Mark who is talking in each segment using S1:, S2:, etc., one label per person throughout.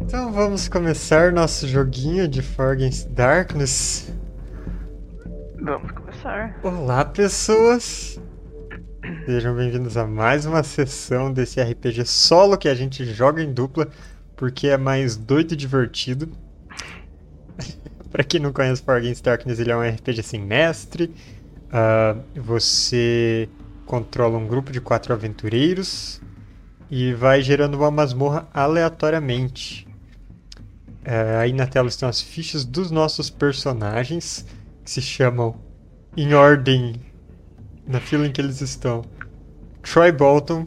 S1: Então vamos começar nosso joguinho de Forgotten Darkness.
S2: Vamos começar.
S1: Olá, pessoas! Sejam bem-vindos a mais uma sessão desse RPG solo que a gente joga em dupla, porque é mais doido e divertido. Pra quem não conhece Forgotten Darkness, ele é um RPG sem mestre. Ah, você controla um grupo de quatro aventureiros e vai gerando uma masmorra aleatoriamente. É, aí na tela estão as fichas dos nossos personagens, que se chamam em ordem, na fila em que eles estão: Troy Bolton,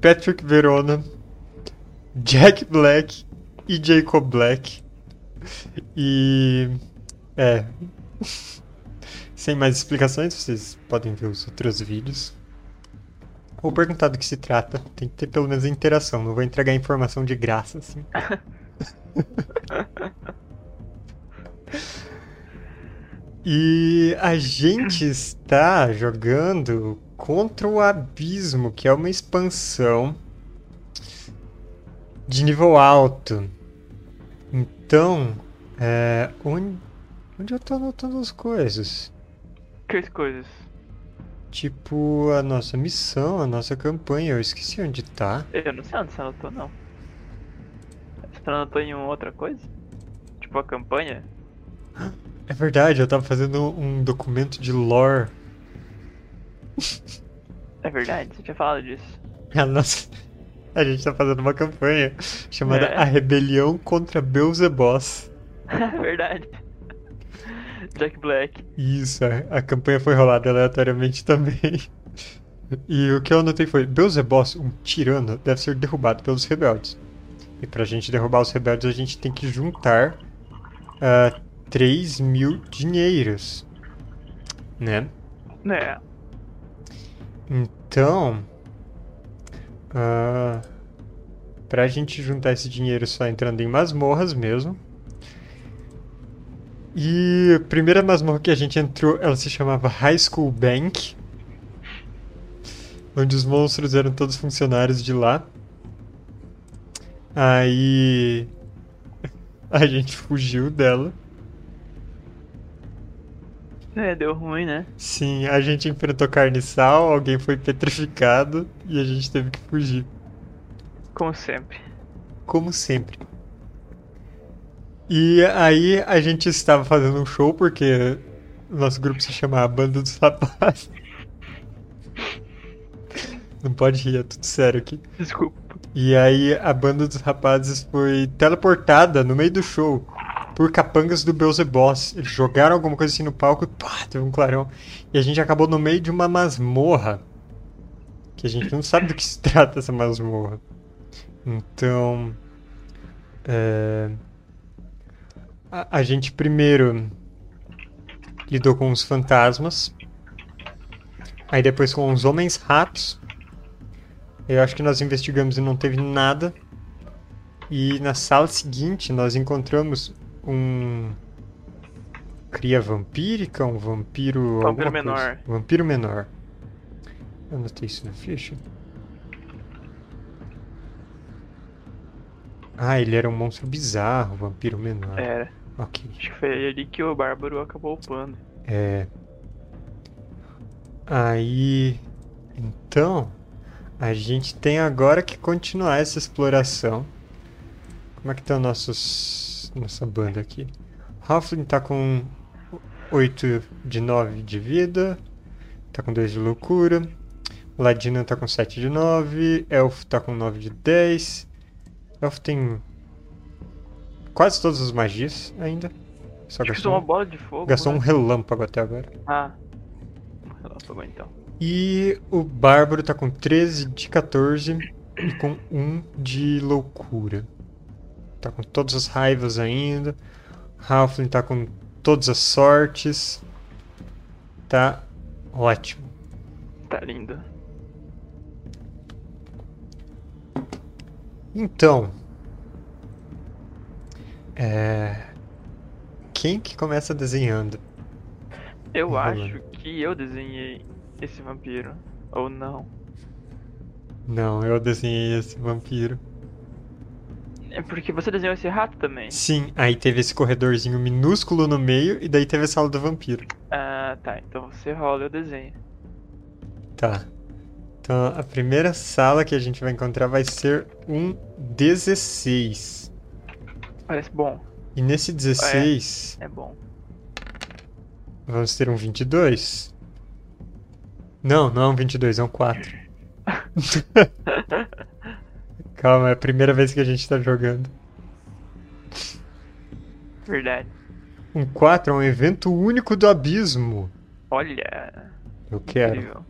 S1: Patrick Verona, Jack Black e Jacob Black. E. É. Sem mais explicações, vocês podem ver os outros vídeos. Ou perguntar do que se trata. Tem que ter pelo menos a interação. Não vou entregar a informação de graça, assim. e a gente está jogando contra o Abismo, que é uma expansão de nível alto. Então, é, onde, onde eu tô anotando as coisas?
S2: Que coisas?
S1: Tipo, a nossa missão, a nossa campanha, eu esqueci onde tá.
S2: Eu não sei onde você anotou, não. Você não anotou em uma outra coisa? Tipo a campanha?
S1: É verdade, eu tava fazendo um documento de lore.
S2: É verdade, você tinha falado disso.
S1: A nossa. A gente tá fazendo uma campanha chamada
S2: É?
S1: A Rebelião contra Beelzebos.
S2: É verdade. Jack Black.
S1: Isso, é. a, a campanha foi rolada aleatoriamente também. E o que eu anotei foi: Beelzebos, um tirano, deve ser derrubado pelos rebeldes. E pra gente derrubar os rebeldes, a gente tem que juntar ah, 3 mil dinheiros. Né?
S2: É.
S1: Então. ah, pra gente juntar esse dinheiro só entrando em masmorras mesmo. E a primeira masmorra que a gente entrou, ela se chamava High School Bank. Onde os monstros eram todos funcionários de lá. Aí. A gente fugiu dela.
S2: É, deu ruim, né?
S1: Sim, a gente enfrentou carniçal, alguém foi petrificado e a gente teve que fugir.
S2: Como sempre.
S1: como sempre. E aí a gente estava fazendo um show porque o nosso grupo se chama a Banda dos Rapazes. Não pode rir, é tudo sério aqui.
S2: Desculpa.
S1: E aí a Banda dos Rapazes foi teleportada no meio do show por capangas do Beelzebos. Eles jogaram alguma coisa assim no palco e pá, teve um clarão. E a gente acabou no meio de uma masmorra. Que a gente não sabe do que se trata essa masmorra. Então. é, A, a gente primeiro lidou com os fantasmas. Aí depois com os homens ratos. Eu acho que nós investigamos e não teve nada. E na sala seguinte nós encontramos um. Cria vampírica, um vampiro.
S2: Vampiro
S1: alguma coisa.
S2: menor.
S1: Vampiro menor. Eu anotei isso na ficha. Ah, ele era um monstro bizarro, vampiro menor.
S2: Era.
S1: Ok.
S2: Acho que foi ali que o Bárbaro acabou upando.
S1: É. Aí. Então. A gente tem agora que continuar essa exploração. Como é que tá nossos. Nossa banda aqui? Halfling tá com 8 de 9 de vida. Tá com 2 de loucura. Ladina tá com 7 de 9. Elfo tá com 9 de 10. Elfo tem. Quase todas as magias ainda. Só
S2: Acho
S1: gastou
S2: que usou uma
S1: um-
S2: bola de fogo.
S1: Gastou um
S2: né?
S1: relâmpago até agora.
S2: Ah. Um relâmpago então.
S1: E o Bárbaro tá com 13 de 14 e com 1 de loucura. Tá com todas as raivas ainda. Halfling tá com todas as sortes. Tá ótimo.
S2: Tá lindo.
S1: Então. É. Quem que começa desenhando?
S2: Eu
S1: Vamos lá.
S2: acho que eu desenhei esse vampiro. Ou não.
S1: Não, eu desenhei esse vampiro.
S2: É porque você desenhou esse rato também.
S1: Sim, aí teve esse corredorzinho minúsculo no meio e daí teve a sala do vampiro.
S2: Ah, tá. Então você rola e eu desenho.
S1: Tá. Então a primeira sala que a gente vai encontrar vai ser um 16.
S2: Parece bom.
S1: E nesse 16
S2: É bom.
S1: vamos ter um 22. Não, não é um 22, é um 4. Calma, é a primeira vez que a gente tá jogando.
S2: Verdade.
S1: Um 4 é um evento único do abismo.
S2: Olha.
S1: Eu quero,
S2: Incrível.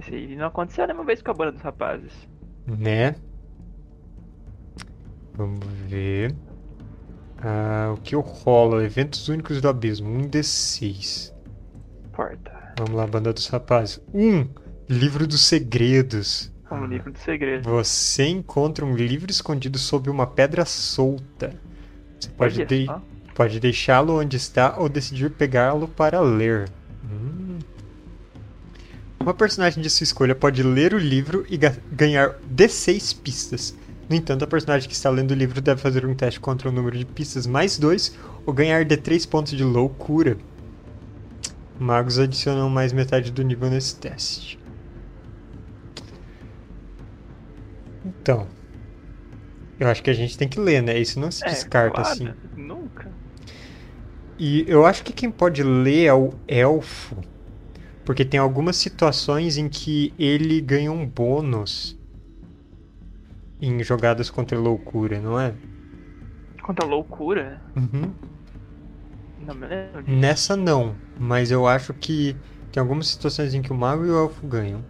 S2: Isso aí não aconteceu a mesma vez com a banda dos rapazes.
S1: né? Vamos ver. Ah, o que eu rolo? Eventos únicos do abismo. Um D6.
S2: Porta.
S1: Vamos lá, banda dos rapazes. Um Livro dos segredos.
S2: É um livro de segredo.
S1: Você encontra um livro escondido sob uma pedra solta. Você pode,
S2: Olha
S1: de-
S2: só.
S1: pode deixá-lo onde está ou decidir pegá-lo para ler. Hum. Uma personagem de sua escolha pode ler o livro e ga- ganhar D6 pistas. No entanto, a personagem que está lendo o livro deve fazer um teste contra o número de pistas mais 2 ou ganhar D3 pontos de loucura. Magos adicionam mais metade do nível nesse teste. Então. Eu acho que a gente tem que ler, né? Isso não se
S2: É,
S1: descarta
S2: claro,
S1: assim.
S2: Nunca.
S1: E eu acho que quem pode ler é o elfo. Porque tem algumas situações em que ele ganha um bônus em jogadas contra a loucura, não é?
S2: Contra a loucura.
S1: Uhum.
S2: Não me lembro disso.
S1: Nessa não, mas eu acho que tem algumas situações em que o mago e o elfo ganham.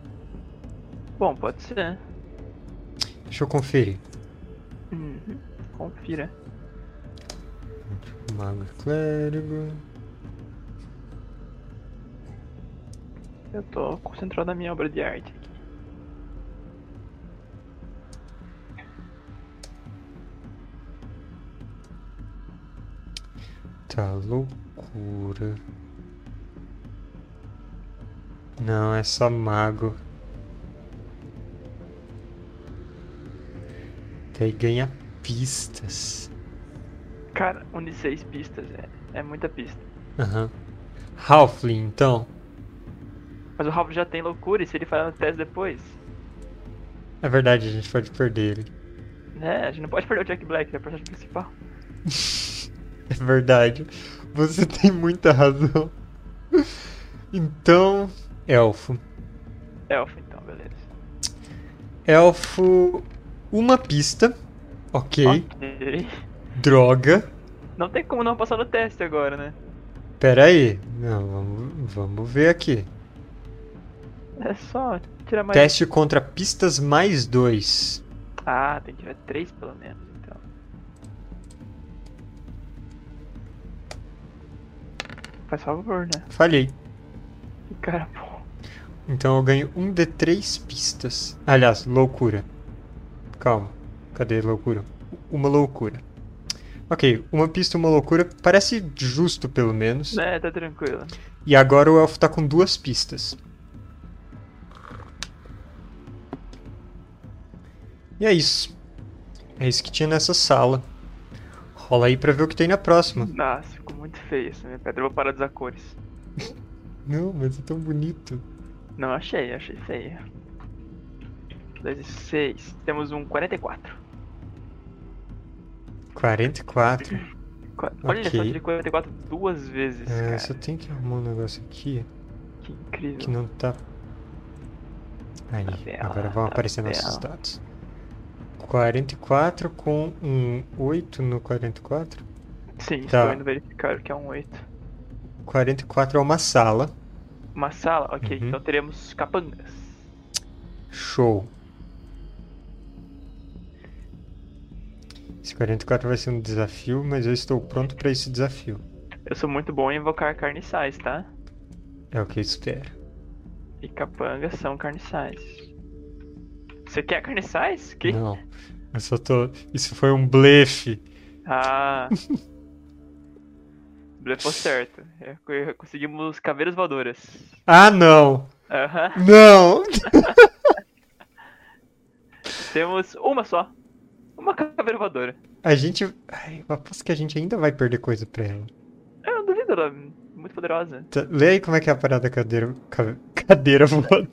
S2: Bom, pode ser.
S1: Deixa eu conferir.
S2: Uhum. Confira.
S1: Mago e clérigo.
S2: Eu tô concentrado na minha obra de arte aqui.
S1: Tá, loucura. Não, é só mago. Daí ganha pistas.
S2: Cara, um de seis pistas, é. É muita pista.
S1: Aham. Halfling, então.
S2: Mas o Ralph já tem loucura e se ele falhar no teste depois?
S1: É verdade, a gente pode perder ele.
S2: Né? A gente não pode perder o Jack Black, que é o personagem principal.
S1: É verdade. Você tem muita razão. Então, elfo.
S2: Elfo, então, beleza.
S1: Elfo, uma pista. Ok.
S2: Ok.
S1: Droga.
S2: Não tem como não passar no teste agora, né?
S1: Pera aí. Não, vamos, vamos ver aqui.
S2: É só tirar mais.
S1: Teste contra pistas mais dois.
S2: Ah, tem que tirar três pelo menos, então. Faz favor, né?
S1: Falhei.
S2: Que cara bom.
S1: Então eu ganho um de três pistas. Aliás, loucura. Calma. Cadê loucura? Uma loucura. Ok, uma pista, uma loucura. Parece justo, pelo menos.
S2: Né, tá tranquilo.
S1: E agora o elfo tá com duas pistas. E é isso. É isso que tinha nessa sala. Rola aí pra ver o que tem na próxima.
S2: Nossa, ficou muito feio essa minha pedra. Eu vou parar de usar cores.
S1: Não, mas é tão bonito.
S2: Não achei, achei feio. 2 e 6. Temos um 44.
S1: 44.
S2: Qua- Olha só,
S1: Ok.
S2: eu tirei 44 duas vezes,
S1: É,
S2: cara.
S1: só tem que arrumar um negócio aqui que
S2: Que incrível.
S1: não tá. Aí,
S2: Tabela,
S1: agora vão aparecer nossos
S2: tabela.
S1: dados. 44 com um 8 no 44.
S2: Sim,
S1: Tá.
S2: estou indo verificar o que é um 8.
S1: 44 é uma sala.
S2: Uma sala, ok.
S1: Uhum.
S2: Então teremos capangas.
S1: Show. Esse 44 vai ser um desafio, mas eu estou pronto pra esse desafio.
S2: Eu sou muito bom em invocar carniçais, tá?
S1: É o que eu espero.
S2: E capangas são carniçais. Você quer carniçais? Que?
S1: Não. Eu só tô. Isso foi um blefe.
S2: Ah. Blefou certo. É, co- Conseguimos caveiras voadoras.
S1: Ah, não!
S2: Aham.
S1: Não!
S2: Temos uma só. Uma caveira voadora.
S1: A gente. Ai, eu aposto que a gente ainda vai perder coisa pra ela.
S2: Eu não duvido, ela é muito poderosa.
S1: Tá, Lê aí como é que é a parada cadeira. ca- Cadeira voadora.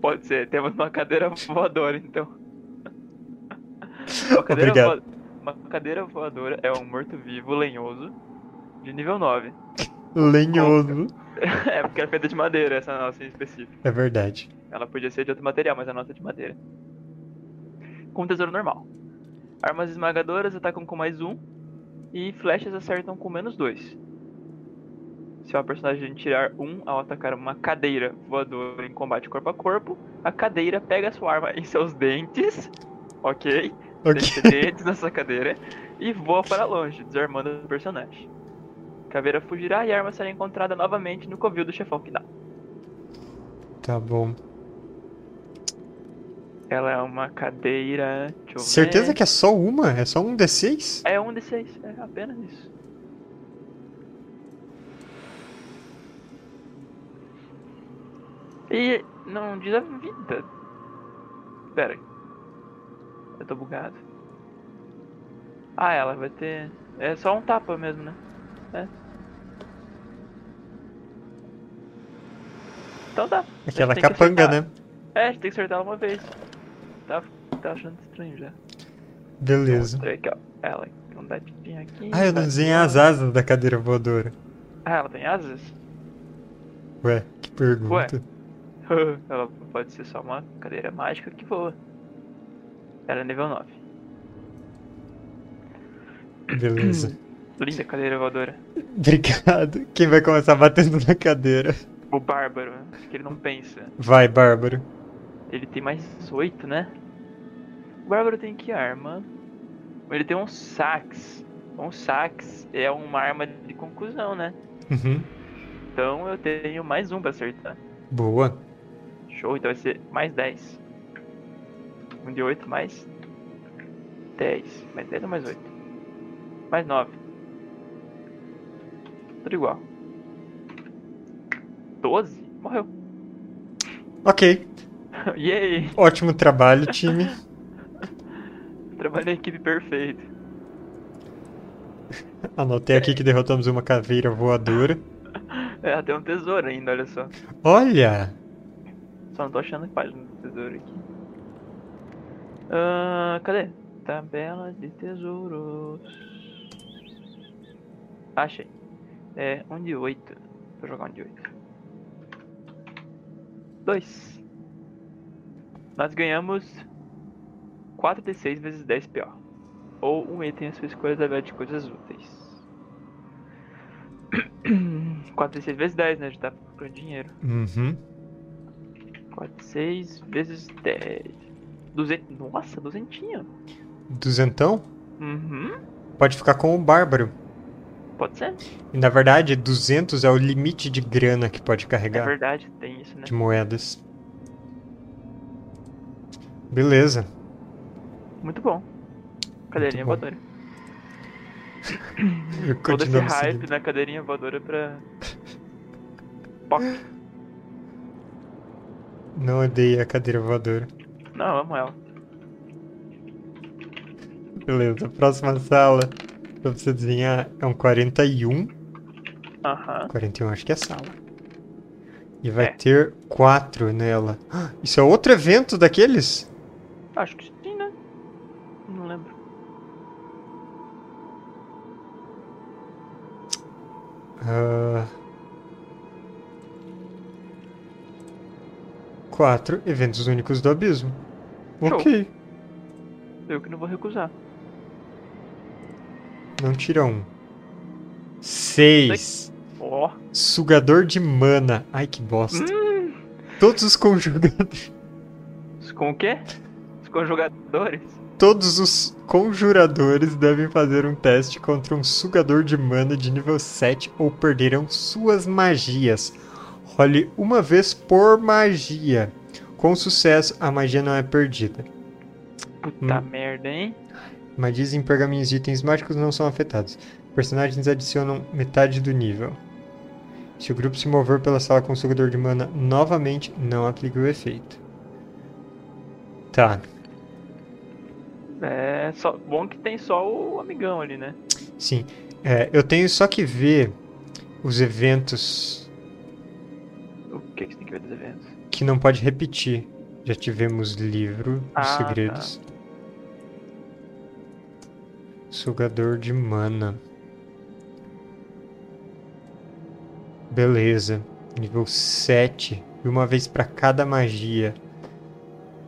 S2: Pode ser, temos uma cadeira voadora, então. Uma cadeira,
S1: Obrigado.
S2: voa- uma cadeira voadora é um morto-vivo lenhoso de nível 9.
S1: Lenhoso.
S2: é porque era feita de madeira, essa nossa em específico.
S1: É verdade.
S2: Ela podia ser de outro material, mas a nossa é de madeira. Com um tesouro normal. Armas esmagadoras atacam com mais um. E flechas acertam com menos dois. Se uma personagem tirar um ao atacar uma cadeira voadora em combate corpo a corpo, a cadeira pega sua arma em seus dentes. Ok?
S1: Ok.
S2: Deixa dentes nessa cadeira. E voa para longe, desarmando o personagem. Caveira fugirá e a arma será encontrada novamente no covil do chefão final.
S1: Tá bom.
S2: Ela é uma cadeira. Deixa eu
S1: Certeza
S2: ver.
S1: que é só uma? É só um D6?
S2: É um D6, é apenas isso. E não diz a vida. Pera aí. Eu tô bugado. Ah, ela vai ter. É só um tapa mesmo, né? É. Então tá.
S1: Aquela
S2: tem que
S1: capanga,
S2: acertar.
S1: né?
S2: É, a gente tem que acertar ela uma vez. Tá, tá achando estranho já.
S1: Beleza.
S2: Mostrei aqui, ó. Ela não dá tipinho aqui.
S1: Ah, eu não
S2: dá
S1: desenhei as asas da cadeira voadora.
S2: Ah, ela tem asas?
S1: Ué, que pergunta.
S2: ela pode ser só uma cadeira mágica que voa. Ela é nível 9.
S1: Beleza.
S2: Linda cadeira voadora.
S1: Obrigado. Quem vai começar batendo na cadeira?
S2: O Bárbaro, acho que ele não pensa.
S1: Vai, Bárbaro.
S2: Ele tem mais 18, né? O Bárbaro tem que arma? Ele tem um sax. Um sax é uma arma de conclusão, né?
S1: Uhum.
S2: Então eu tenho mais um pra acertar.
S1: Boa.
S2: Show, então vai ser mais 10. 1 de 8 mais 10. Mais 10 ou mais 8? Mais 9. Tudo igual. 12? Morreu.
S1: Ok.
S2: Yay!
S1: Ótimo trabalho, time.
S2: Trabalhei em equipe perfeita.
S1: Anotei aqui que derrotamos uma caveira voadora.
S2: É, tem um tesouro ainda, olha só.
S1: Olha!
S2: Só não tô achando a página do tesouro aqui. Ah, cadê? Tabela de tesouros. Achei. É um de 8. Vou jogar um de 8. 2. Nós ganhamos 4d6 vezes 10 PO. Ou um item à sua escolha da tabela de coisas úteis. 4d6 vezes 10, né? A gente tá procurando dinheiro.
S1: Uhum.
S2: 4, 6 vezes 10. 200. Nossa, duzentinho.
S1: Duzentão?
S2: Uhum.
S1: Pode ficar com o Bárbaro.
S2: Pode ser.
S1: E na verdade, 200 é o limite de grana que pode
S2: É
S1: carregar
S2: verdade, tem isso, né?
S1: de moedas. Beleza.
S2: Muito bom. Cadeirinha
S1: Tipo, Muito bom.
S2: voadora.
S1: Eu
S2: Todo esse
S1: continuo
S2: hype
S1: seguindo.
S2: na cadeirinha voadora pra. Poc.
S1: Não odeio a cadeira voadora.
S2: Não, eu amo ela.
S1: Beleza. Próxima sala. Pra você desenhar é um 41.
S2: Aham.
S1: 41 acho que é sala. E vai
S2: É.
S1: ter 4 nela. Ah, Isso é outro evento daqueles?
S2: Acho que sim, né? Não lembro.
S1: Ah. Quatro eventos únicos do abismo.
S2: Show.
S1: Ok,
S2: Eu que não vou recusar.
S1: não tira um. Seis.
S2: Ó.
S1: Sugador de mana. Ai que bosta.
S2: Hum.
S1: Todos os conjugadores.
S2: Com o quê? Os conjugadores?
S1: Todos os conjuradores devem fazer um teste contra um sugador de mana de nível 7 ou perderão suas magias. Role uma vez por magia. Com sucesso, a magia não é perdida.
S2: Puta
S1: Hum.
S2: merda, hein?
S1: Mas dizem pergaminhos de itens mágicos não são afetados. Personagens adicionam metade do nível. Se o grupo se mover pela sala com o sugador de mana novamente, não aplica o efeito. Tá.
S2: É só, bom que tem só o amigão ali, né?
S1: Sim. É, eu tenho só que ver os eventos
S2: O que, que você tem que ver dos eventos?
S1: que não pode repetir. Já tivemos livro dos
S2: Ah, tá.
S1: segredos. Sugador de mana. Beleza. Nível 7. E uma vez pra cada magia.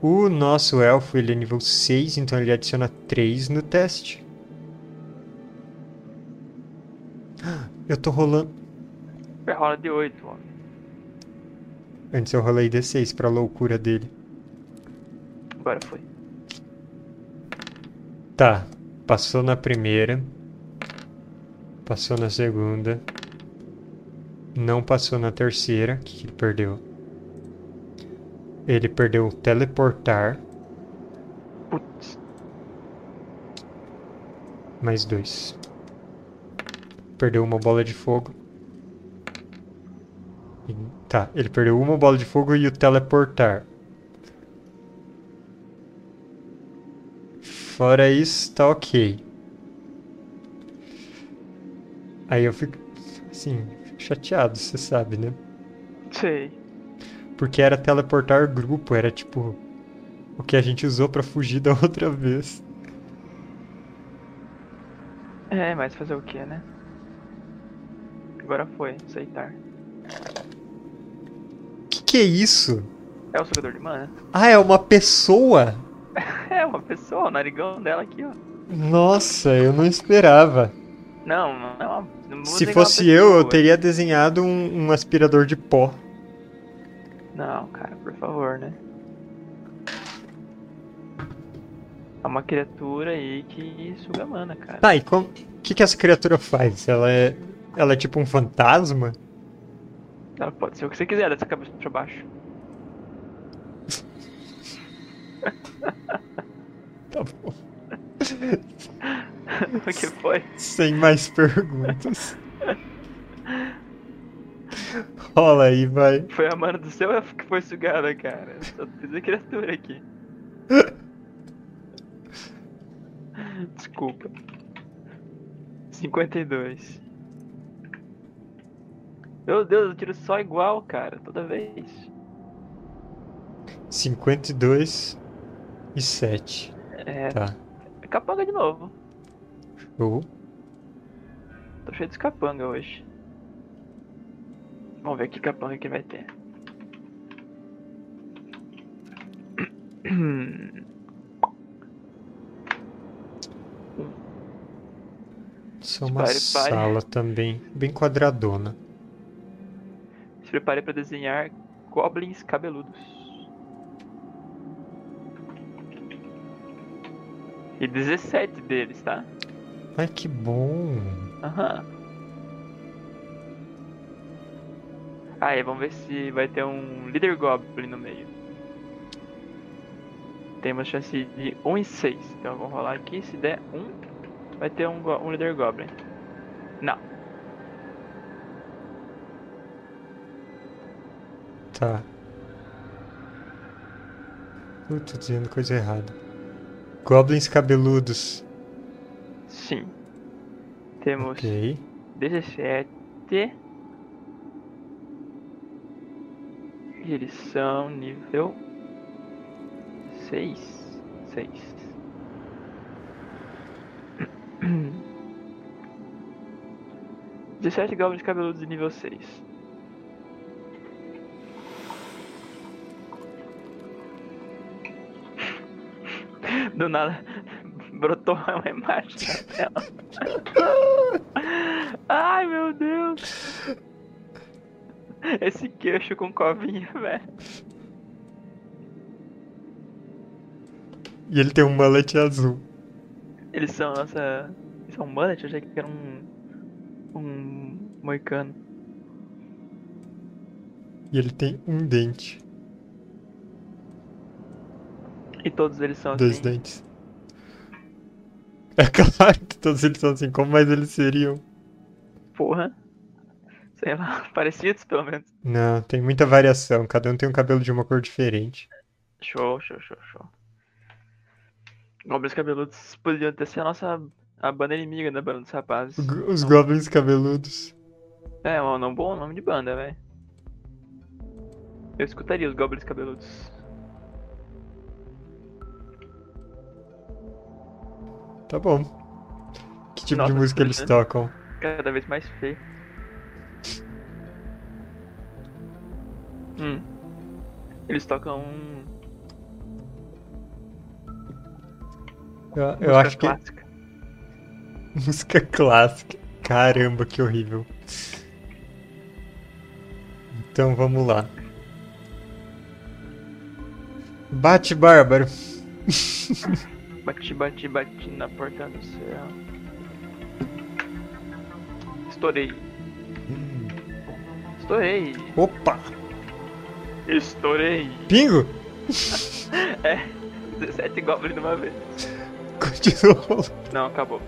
S1: O nosso elfo ele é nível 6, então ele adiciona 3 no teste. Ah, Eu tô rolando.
S2: É rola de 8, homem.
S1: Antes eu rolei D6 pra loucura dele.
S2: Agora foi.
S1: Tá, passou na primeira, passou na segunda, não passou na terceira, o que que ele perdeu? Ele perdeu o teleportar,
S2: Putz,
S1: mais dois. Perdeu uma bola de fogo. E- tá, ele perdeu uma bola de fogo e o teleportar. Fora isso, tá ok. Aí eu fico, assim, fico chateado, você sabe, né?
S2: sei.
S1: Porque era teleportar grupo, era tipo o que a gente usou pra fugir da outra vez.
S2: É, mas fazer o que, né? Agora foi, aceitar.
S1: Que que é isso?
S2: É o sugador de mana?
S1: Ah, é uma pessoa?
S2: É uma pessoa, o narigão dela aqui, ó.
S1: Nossa, eu não esperava.
S2: Não, não é uma. não vou
S1: Se
S2: dizer que é uma
S1: fosse eu, eu
S2: pessoa.
S1: teria desenhado um, um aspirador de pó.
S2: Não, cara, por favor, né? É uma criatura aí que suga mana, cara.
S1: Tá, e o que, que essa criatura faz? Ela é, ela é tipo um fantasma?
S2: Ela pode ser o que você quiser, dessa cabeça pra baixo.
S1: Tá bom.
S2: o que foi?
S1: Sem mais perguntas. Rola aí, vai.
S2: Foi a mana do céu ou que foi sugada, cara? Só fiz a criatura aqui. Desculpa. 52. Meu Deus, eu tiro só igual, cara, toda vez.
S1: 52 e 7.
S2: É,
S1: Tá.
S2: capanga de novo.
S1: Show.
S2: Tô cheio de capanga hoje. Vamos ver que capanga que vai ter. Hum.
S1: Isso é uma
S2: Pare, pare.
S1: sala também. Bem quadradona.
S2: Se prepare para desenhar goblins cabeludos. E 17 deles, tá?
S1: Ai, que bom.
S2: Aham. Aí, Ah, é, vamos ver se vai ter um líder goblin no meio. Tem uma chance de 1 em 6. Então eu vou rolar aqui. Se der 1, vai ter um, go- um líder goblin. Não.
S1: Tá. Eu tô dizendo coisa errada. Goblins cabeludos.
S2: Sim. Temos
S1: Ok.
S2: 17. E eles são nível 6. 6. Dezessete goblins cabeludos de nível 6. Do nada brotou uma imagem na tela. Ai, meu Deus! Esse queixo com covinha, velho.
S1: E ele tem um mullet azul.
S2: Eles são nossa. Eles são mullet? Eu achei que era um. Um. Moicano.
S1: E ele tem um dente.
S2: E todos eles são assim.
S1: Dois dentes. É claro que todos eles são assim. Como mais eles seriam?
S2: Porra. Sei lá, parecidos pelo menos.
S1: Não, tem muita variação. Cada um tem um cabelo de uma cor diferente.
S2: Show, show, show, show. Goblins cabeludos podiam até ser a nossa a banda inimiga da banda dos rapazes.
S1: G- Os
S2: Não.
S1: goblins cabeludos.
S2: É, um um bom nome de banda, velho. Eu escutaria os Goblins Cabeludos.
S1: Tá bom. Que tipo
S2: Nossa,
S1: de música eles tocam?
S2: Cada vez mais feio. Hum. Eles tocam. um
S1: Eu, eu
S2: música
S1: acho que
S2: clássica.
S1: música clássica. Caramba, que horrível. Então vamos lá. Bate, Bárbaro.
S2: Bati, bati, bati na porta do céu. Estourei. Estourei.
S1: Hum, Opa!
S2: Estourei.
S1: Pingo!
S2: 17 É, goblins de uma vez.
S1: Continua rolando.
S2: Não, acabou.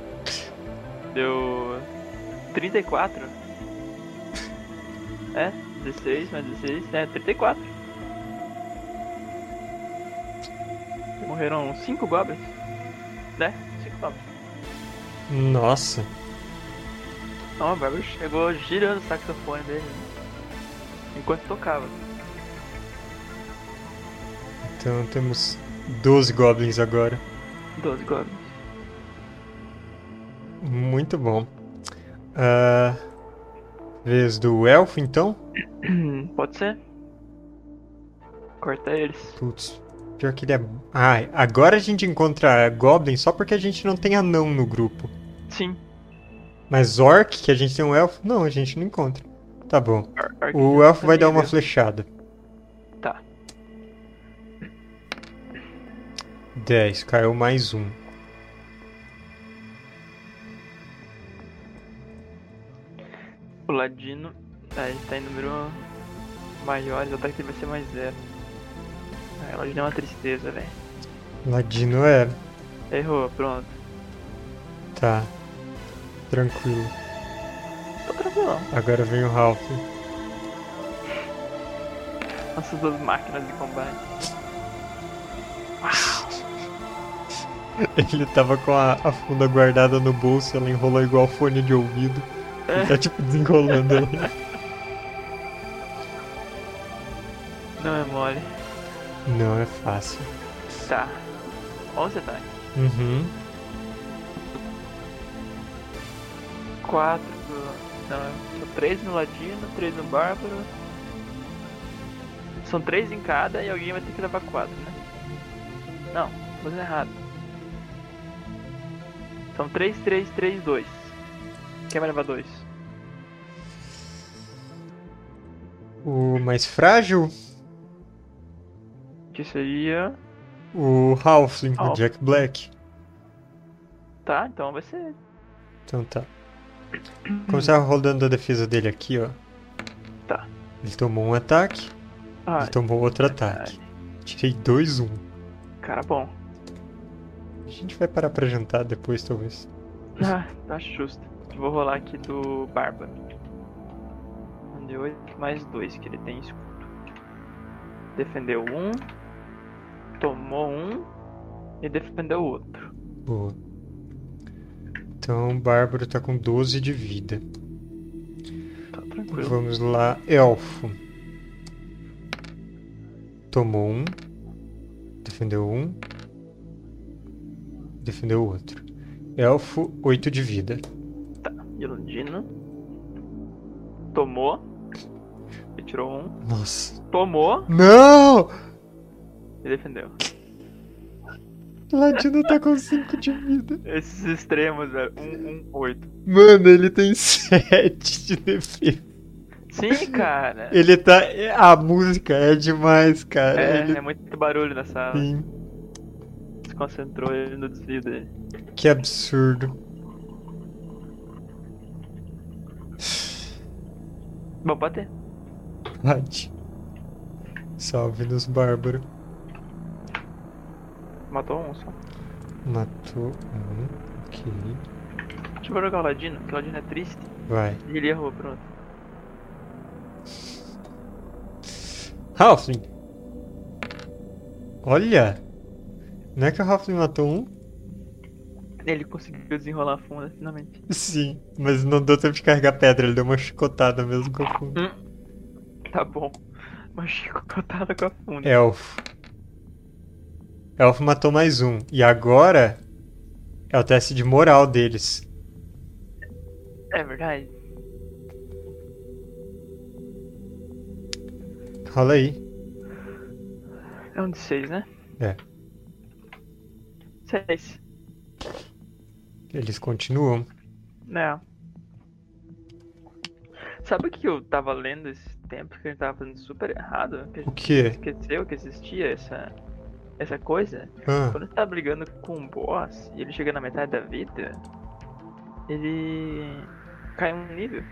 S2: Deu 34. É, 16 mais 16, é 34. Morreram 5 goblins. Né? 5 goblins.
S1: Nossa.
S2: Então a Bárbara chegou girando o saxofone dele. né? Enquanto tocava.
S1: Então temos 12 goblins agora.
S2: 12 goblins.
S1: Muito bom. Ah, vez do elfo, então?
S2: Pode ser? Corta eles.
S1: Putz, pior que ele é. Ah, agora a gente encontra goblin só porque a gente não tem anão no grupo.
S2: Sim.
S1: Mas orc, que a gente tem um elfo, não, a gente não encontra. Tá bom.
S2: ar- ar-
S1: O elfo vai dar uma
S2: Amigo.
S1: flechada.
S2: Tá.
S1: 10, caiu mais um.
S2: O Ladino, aí ele tá em número maior, o ataque dele vai ser mais zero. Aí o Ladino é uma tristeza, velho.
S1: Ladino é.
S2: Errou, pronto.
S1: Tá. Tranquilo.
S2: Tô tranquilão.
S1: Agora vem o Ralph.
S2: Nossas duas máquinas de combate.
S1: Ele tava com a, a funda guardada no bolso, ela enrolou igual fone de ouvido. Ele tá tipo desenrolando ela.
S2: Não é mole.
S1: Não é fácil.
S2: Tá. 11 ataques.
S1: Uhum.
S2: 4 do. Não, são 3 no Ladino, 3 no Bárbaro. São 3 em cada e alguém vai ter que levar 4, né? Não, tô fazendo errado. São 3, 3, 3, 2. Quem vai levar 2?
S1: O mais frágil,
S2: Que seria.
S1: o Halfling, o
S2: Half.
S1: Jack Black.
S2: Tá, então vai ser.
S1: Então tá. Começar rodando a defesa dele aqui, ó.
S2: Tá.
S1: Ele tomou um ataque,
S2: Ah,
S1: ele tomou outro ataque. Tirei dois um.
S2: cara bom.
S1: A gente vai parar pra jantar depois, talvez.
S2: Ah, tá justo. Vou rolar aqui do Bárbaro. Um de 8 mais 2, que ele tem escudo. Defendeu um. Tomou um. E defendeu o outro.
S1: Boa. Então, o Bárbaro tá com 12 de vida.
S2: Tá tranquilo.
S1: Vamos lá, Elfo. Tomou um. Defendeu um. Defendeu o outro. Elfo, 8 de vida.
S2: Tá. Ilundino. Tomou. Ele tirou um.
S1: Nossa.
S2: Tomou.
S1: Não!
S2: E defendeu.
S1: Ladino tá com 5 de vida.
S2: Esses extremos, velho. Um, um, oito.
S1: Mano, ele tem 7 de defesa.
S2: Sim, cara.
S1: Ele tá. A música é demais, cara.
S2: É,
S1: ele
S2: é muito barulho na sala.
S1: tem.
S2: Desconcentrou ele no desvio dele.
S1: Que absurdo.
S2: Bom, pode ter.
S1: Lade. Salve-nos, Bárbaro.
S2: Matou um só.
S1: Matou um. Ok.
S2: Deixa Tipo, eu jogar o Ladino, porque o Ladino é triste.
S1: Vai.
S2: E ele errou, pronto.
S1: Halfling! Olha! Não é que o Halfling matou um?
S2: Ele conseguiu desenrolar a funda, finalmente.
S1: Sim, mas não deu tempo de carregar pedra, ele deu uma chicotada mesmo com a funda.
S2: Tá bom. Uma chicotada com a funda.
S1: Elfo. Elfo matou mais um. E agora é o teste de moral deles.
S2: É verdade.
S1: Rola aí.
S2: É um de seis, né?
S1: É.
S2: Seis.
S1: Eles continuam.
S2: É. Sabe o que eu tava lendo esse tempo que a gente tava fazendo super errado? Que a
S1: O
S2: gente
S1: quê?
S2: esqueceu que existia essa, essa coisa?
S1: Ah,
S2: Quando você tá brigando com um boss e ele chega na metade da vida, ele cai um nível.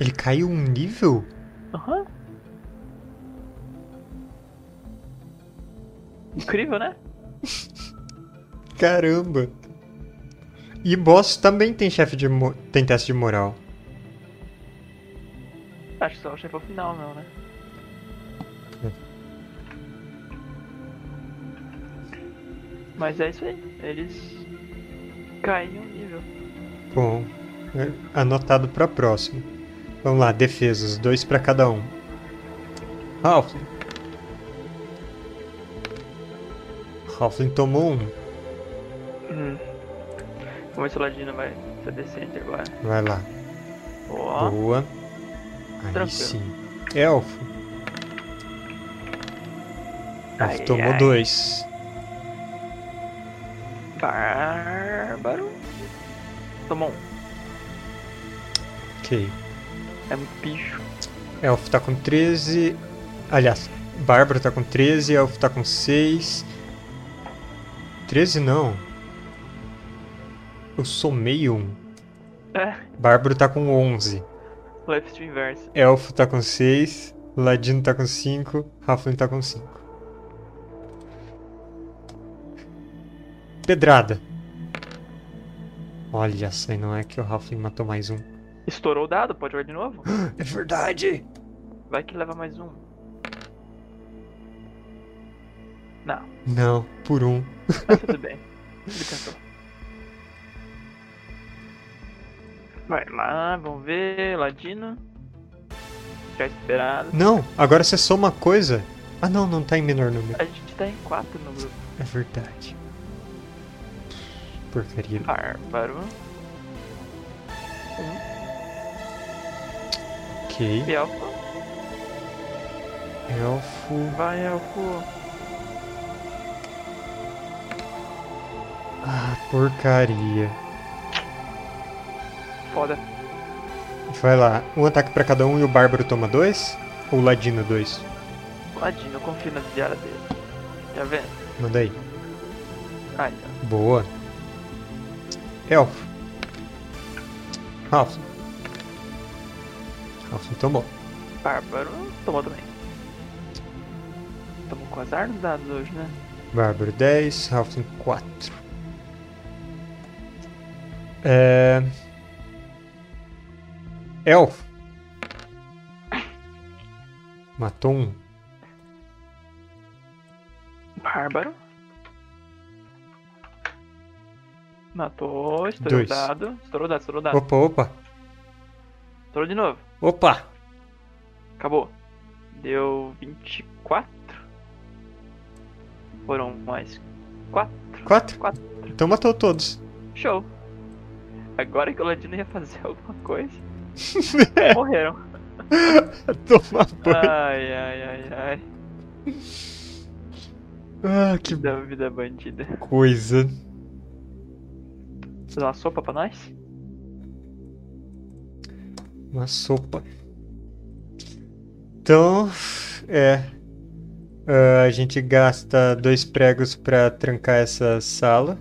S1: ele caiu um nível?
S2: Aham. Incrível, né?
S1: Caramba. E boss também tem chefe de mo- tem teste de moral.
S2: Acho que só o chefe ao final, não, né? Mas é isso aí. Eles caem um nível.
S1: Bom, é anotado pra próximo. Vamos lá, defesas, dois pra cada um. Halfling. Halfling tomou um.
S2: Hum. Como esse ladino vai ser decente agora.
S1: Vai lá.
S2: Ó,
S1: Boa. Aí
S2: Tranquilo.
S1: sim. Elfo.
S2: Ai,
S1: Elfo tomou
S2: ai.
S1: dois.
S2: bárbaro. Tomou um.
S1: Ok.
S2: É muito bicho.
S1: Elfo tá com 13. Aliás, Bárbaro tá com 13, Elfo tá com 6. 13 não. Eu somei um.
S2: É,
S1: Bárbaro tá com 11.
S2: left inverso.
S1: Elfo tá com 6. Ladino tá com 5. Halfling tá com 5. Pedrada. Olha, sei não é que o Halfling matou mais um.
S2: Estourou o dado, pode jogar de novo?
S1: É verdade!
S2: Vai que leva mais um. Não,
S1: Não, por um.
S2: mas tudo bem. Ele cantou. Vai lá, vamos ver. Ladino. Já esperado.
S1: Não, agora você soma uma coisa. Ah não, não tá em menor número.
S2: A gente tá em 4 no grupo.
S1: É verdade. Porcaria.
S2: Bárbaro.
S1: Ok.
S2: E Elfo.
S1: Elfo.
S2: Vai, Elfo.
S1: Ah, porcaria.
S2: Foda.
S1: Vai lá. Um ataque pra cada um e o Bárbaro toma dois? Ou o Ladino dois?
S2: Ladino, eu confio na diária dele. Tá vendo?
S1: Manda aí.
S2: Ah, então.
S1: Boa. Elfo. Ralph. Ralph tomou.
S2: Bárbaro. Tomou também. Tomou com azar nos dados hoje, né?
S1: Bárbaro 10, Halfling 4. É... Elfo. Matou um.
S2: Bárbaro. Matou, estourou
S1: Dois.
S2: o dado. Estourou o dado, estourou o dado.
S1: Opa, opa.
S2: Estourou de novo.
S1: Opa.
S2: Acabou. Deu 24. Foram mais 4.
S1: 4?
S2: Quatro.
S1: Então matou todos.
S2: Show. Agora que o Ladino ia fazer alguma coisa. morreram.
S1: Toma
S2: Ah,
S1: banho.
S2: Ai, ai, ai, ai.
S1: Ah, que
S2: Da vida bandida.
S1: coisa.
S2: Você dá uma sopa pra nós?
S1: Uma sopa. Então, é. Ah, a gente gasta dois pregos pra trancar essa sala.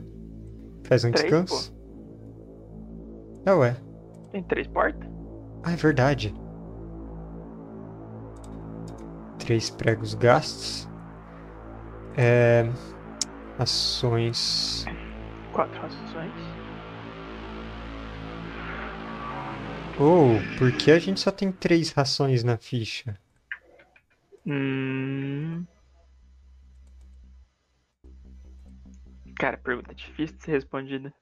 S1: Faz um
S2: Três,
S1: descanso. Ah, ué.
S2: Tem três portas?
S1: Ah, é verdade. Três pregos gastos. É. Ações.
S2: Quatro ações.
S1: Oh, por que a gente só tem três rações na ficha?
S2: Hum... Cara, pergunta difícil de ser respondida.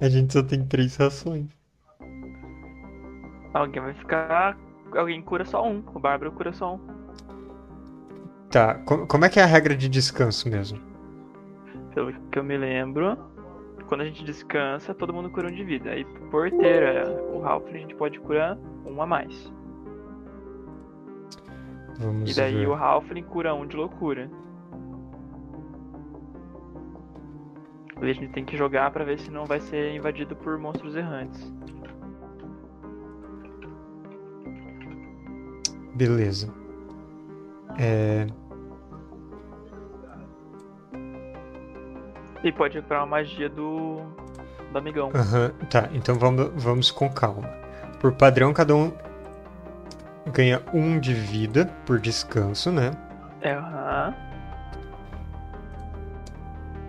S1: A gente só tem três rações.
S2: Alguém vai ficar. Alguém cura só um. O Bárbaro cura só um.
S1: Tá, co- como é que é a regra de descanso mesmo?
S2: Pelo que eu me lembro, quando a gente descansa, todo mundo cura um de vida. E por ter eh, o Ralph, a gente pode curar um a mais.
S1: Vamos
S2: E daí
S1: ver.
S2: o Halfling cura um de loucura. E a gente tem que jogar pra ver se não vai ser invadido por monstros errantes.
S1: Beleza. É,
S2: E pode recuperar uma magia do. do amigão.
S1: aham, tá, então vamos, vamos com calma. Por padrão, cada um ganha um de vida por descanso, né?
S2: É, aham.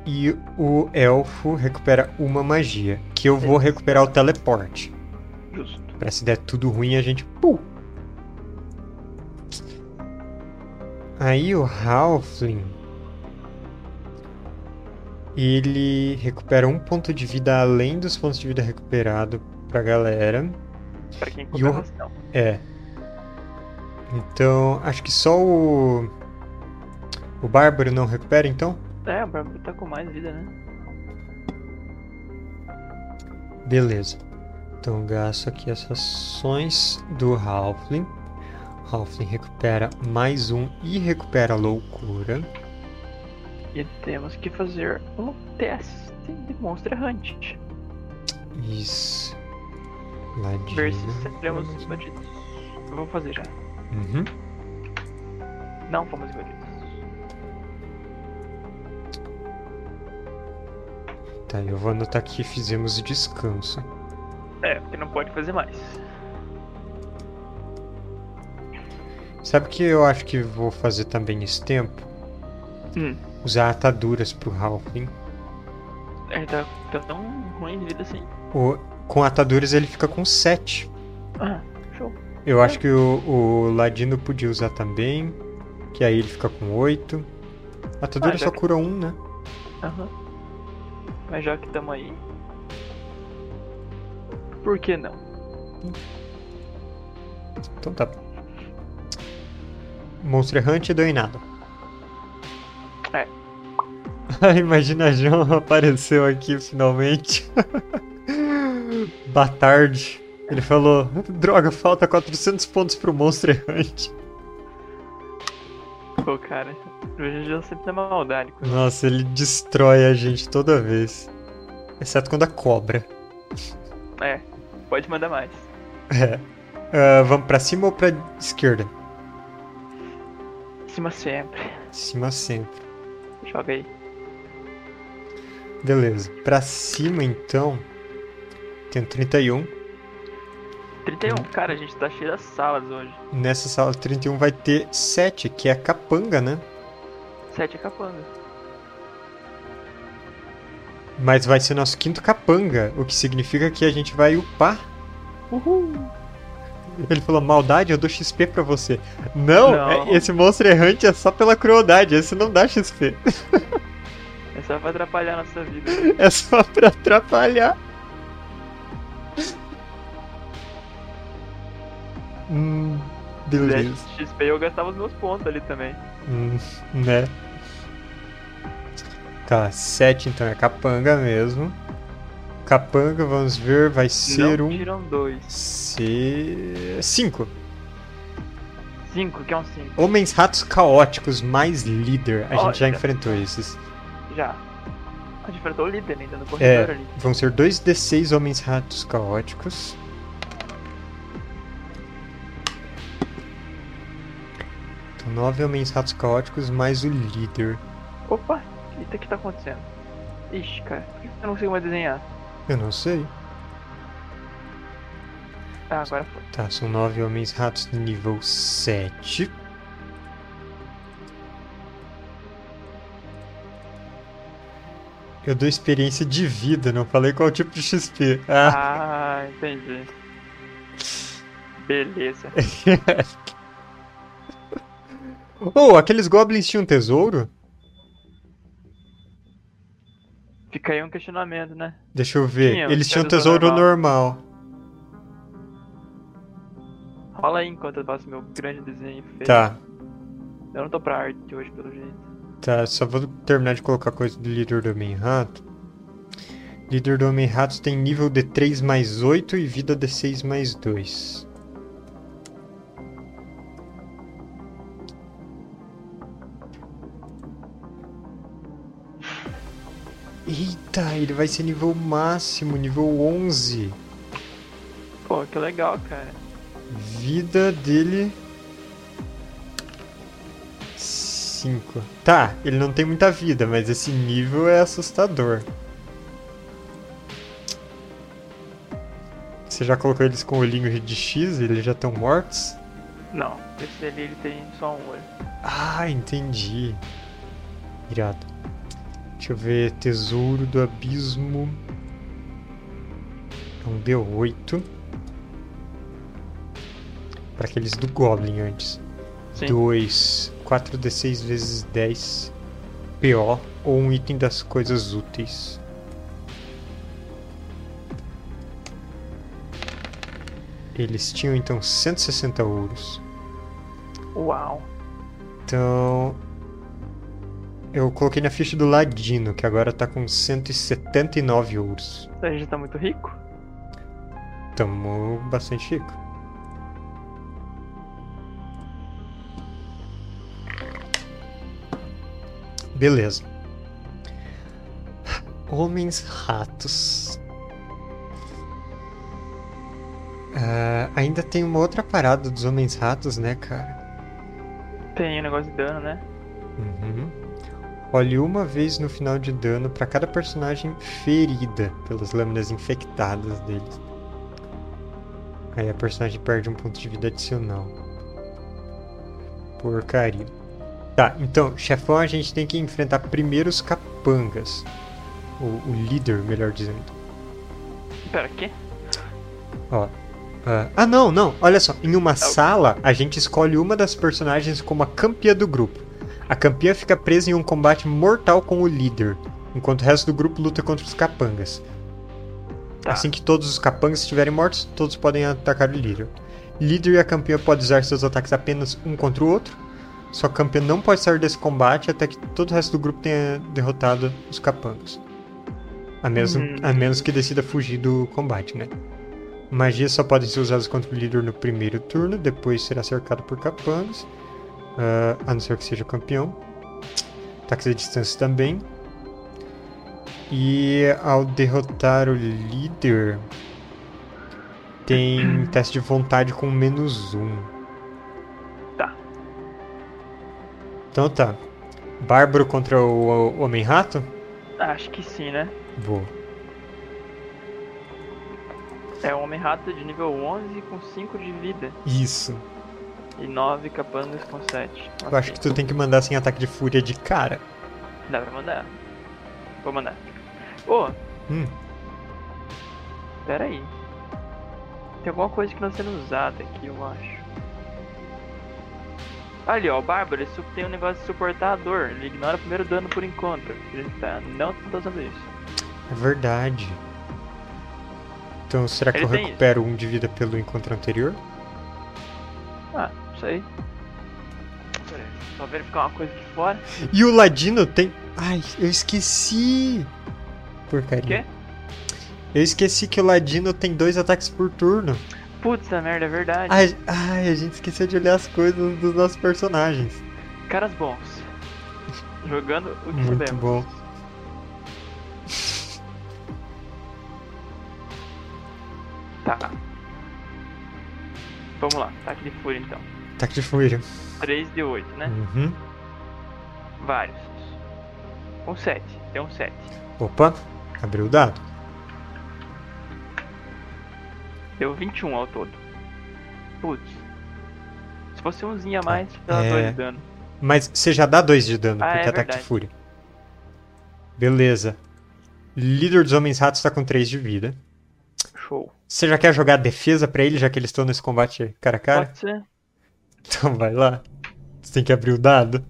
S1: E o elfo recupera uma magia, que eu vou recuperar o teleporte.
S2: Justo.
S1: Pra se der tudo ruim, a gente. Pum! Aí o Halfling. Ele recupera um ponto de vida além dos pontos de vida recuperado pra galera.
S2: Pra quem
S1: o-
S2: compra ração.
S1: É. Então, acho que só o. O Bárbaro não recupera, então?
S2: É, o Bárbaro tá com mais vida, né?
S1: Beleza. Então gasto aqui as ações do Halfling. Halfling recupera mais um e recupera a loucura.
S2: E temos que fazer um teste de monstro errante.
S1: Isso. Ladina.
S2: Ver se seremos invadidos. Eu vou fazer já.
S1: Uhum.
S2: Não fomos invadidos.
S1: Tá, eu vou anotar que fizemos descanso.
S2: É, porque não pode fazer mais.
S1: Sabe o que eu acho que vou fazer também nesse tempo?
S2: Hum.
S1: Usar ataduras pro Halfling.
S2: Ele tá, tá tão ruim de vida assim.
S1: O- Com ataduras ele fica com 7.
S2: Ah, show.
S1: Eu acho que o, o Ladino podia usar também. Que aí ele fica com 8. Atadura
S2: Ah, já
S1: só
S2: que-
S1: cura 1, né?
S2: Aham. Mas já que estamos aí. Por que não?
S1: Então tá. Monster Hunt deu em nada.
S2: É.
S1: A imaginação apareceu aqui finalmente. Boa tarde. Ele falou: Droga, falta 400 pontos pro Monster Hunt.
S2: Pô, cara. O Jujutsu sempre na maldade.
S1: Nossa, ele destrói a gente toda vez. Exceto quando a cobra.
S2: É, pode mandar mais.
S1: É. Ah, vamos pra cima ou pra esquerda?
S2: Cima sempre.
S1: Cima sempre.
S2: Joga aí.
S1: Beleza. Pra cima então. Tem 31.
S2: 31. Cara, a gente tá cheio das salas hoje.
S1: Nessa sala 31 vai ter 7, que é a capanga, né?
S2: 7 é capanga.
S1: Mas vai ser nosso quinto capanga, o que significa que a gente vai upar.
S2: Uhul.
S1: Ele falou, maldade, eu dou XP pra você. Não,
S2: Não.
S1: é- esse monstro errante é só pela crueldade, esse não dá XP.
S2: É só pra atrapalhar a nossa vida.
S1: É só pra atrapalhar. Hum, beleza.
S2: 10 XP eu gastava os meus pontos ali também.
S1: Hum, né? Tá, 7 então é capanga mesmo. Capanga, vamos ver, vai ser
S2: não
S1: um.
S2: tiram 2.
S1: Ser. 5.
S2: 5, que é um 5.
S1: Homens ratos caóticos mais líder. A gente já
S2: Olha.
S1: enfrentou esses.
S2: Já. A gente enfrentou o líder né? ainda no
S1: É.
S2: corredor ali.
S1: Vão ser 2d6 homens ratos caóticos. Então, 9 homens ratos caóticos mais o líder.
S2: Opa, eita, o que tá acontecendo? Ixi, cara, por que eu não consigo mais desenhar?
S1: Eu não sei.
S2: Ah, agora foi.
S1: Tá, são 9 homens ratos de nível 7. Eu dou experiência de vida, não falei qual tipo de XP. Ah.
S2: Ah, entendi.
S1: É.
S2: Beleza.
S1: Ô, Oh, aqueles goblins tinham tesouro?
S2: Fica aí um questionamento, né?
S1: Deixa eu ver.
S2: Tinha,
S1: Eles tinham
S2: tinha
S1: tesouro
S2: tesouro
S1: normal.
S2: Rola aí enquanto eu faço meu grande desenho feio.
S1: Tá,
S2: Eu não tô pra arte hoje, pelo jeito.
S1: tá. Só vou terminar de colocar coisa do líder do homem rato. Líder do homem rato tem nível de 3 mais 8 e vida de 6 mais 2. Eita, ele vai ser nível máximo, nível 11.
S2: Pô, que legal, cara.
S1: Vida dele. 5. Tá, ele não tem muita vida, mas esse nível é assustador. Você já colocou eles com o olhinho de X? Eles já estão mortos?
S2: Não, esse ali ele tem só um olho.
S1: Ah, entendi. Irado. Deixa eu ver. Tesouro do Abismo. É um D8. Para aqueles do Goblin antes.
S2: Sim.
S1: 2. 4d6 vezes 10. PO. Ou um item das coisas úteis. Eles tinham então 160 ouros.
S2: Uau.
S1: Então. Eu coloquei na ficha do Ladino, que agora tá com 179 ouros.
S2: A gente tá muito rico?
S1: Tamo bastante rico. Beleza. Homens ratos. Ah, ainda tem uma outra parada dos homens ratos, né, cara?
S2: Tem um negócio de dano, né?
S1: Uhum. Olhe uma vez no final de dano para cada personagem ferida pelas lâminas infectadas deles. Aí a personagem perde um ponto de vida adicional. Porcaria. Tá, então, chefão, a gente tem que enfrentar primeiro os capangas. Ou o líder, melhor dizendo.
S2: Pera, quê?
S1: Ó. ah, ah, não, não. Olha só. Em uma sala, a gente escolhe uma das personagens como a campeã do grupo. A campeã fica presa em um combate mortal com o líder, enquanto o resto do grupo luta contra os capangas.
S2: Tá.
S1: Assim que todos os capangas estiverem mortos, todos podem atacar o líder. Líder e a campeã podem usar seus ataques apenas um contra o outro. Sua campeã não pode sair desse combate até que todo o resto do grupo tenha derrotado os capangas. A, mesmo,
S2: Hum.
S1: a menos que decida fugir do combate, né? Magias só podem ser usadas contra o líder no primeiro turno, depois será cercado por capangas, ah, a não ser que seja o campeão. Ataques à distância também. E ao derrotar o líder, tem um teste de vontade com menos um.
S2: Tá.
S1: Então tá. Bárbaro contra o, o Homem-Rato?
S2: Acho que sim, né?
S1: Vou.
S2: É um homem rato de nível 11 com 5 de vida
S1: Isso.
S2: e 9 capangas com 7.
S1: Eu acho que tu tem que mandar sem ataque de fúria de cara.
S2: Dá pra mandar. Vou mandar. Ô,
S1: Hum,
S2: pera aí. Tem alguma coisa que não está sendo usada aqui, eu acho. Ali, ó, o Bárbaro, ele su- tem um negócio de suportar a dor. Ele ignora o primeiro dano por encontro. Ele tá, não tá usando isso.
S1: é verdade. Então será que
S2: Ele
S1: eu
S2: tem
S1: recupero um de vida pelo encontro anterior?
S2: Ah, isso aí. Pera aí, só verificar uma coisa aqui fora.
S1: E o Ladino tem. Ai, eu esqueci! Porcaria.
S2: Quê?
S1: Eu esqueci que o Ladino tem dois ataques por turno.
S2: Putz, a merda, é verdade.
S1: Ai, ai, a gente esqueceu de olhar as coisas dos nossos personagens.
S2: Caras bons. Jogando o que
S1: Muito
S2: sabemos.
S1: bom.
S2: Tá. Vamos lá, ataque de fúria então.
S1: Ataque de fúria.
S2: 3 de 8, né?
S1: Uhum.
S2: Vários. Um 7, tem um 7.
S1: Opa, abriu o dado.
S2: Deu 21 ao todo. Putz. Se fosse umzinho a mais, dava
S1: É.
S2: 2 de dano.
S1: Mas você já dá dois de dano,
S2: Ah,
S1: porque
S2: é
S1: ataque de
S2: verdade.
S1: fúria. Beleza. Líder dos Homens Ratos tá com 3 de vida.
S2: Show.
S1: Você já quer jogar defesa pra ele, já que eles estão nesse combate cara a cara?
S2: Pode ser?
S1: Então vai lá. Você tem que abrir o dado?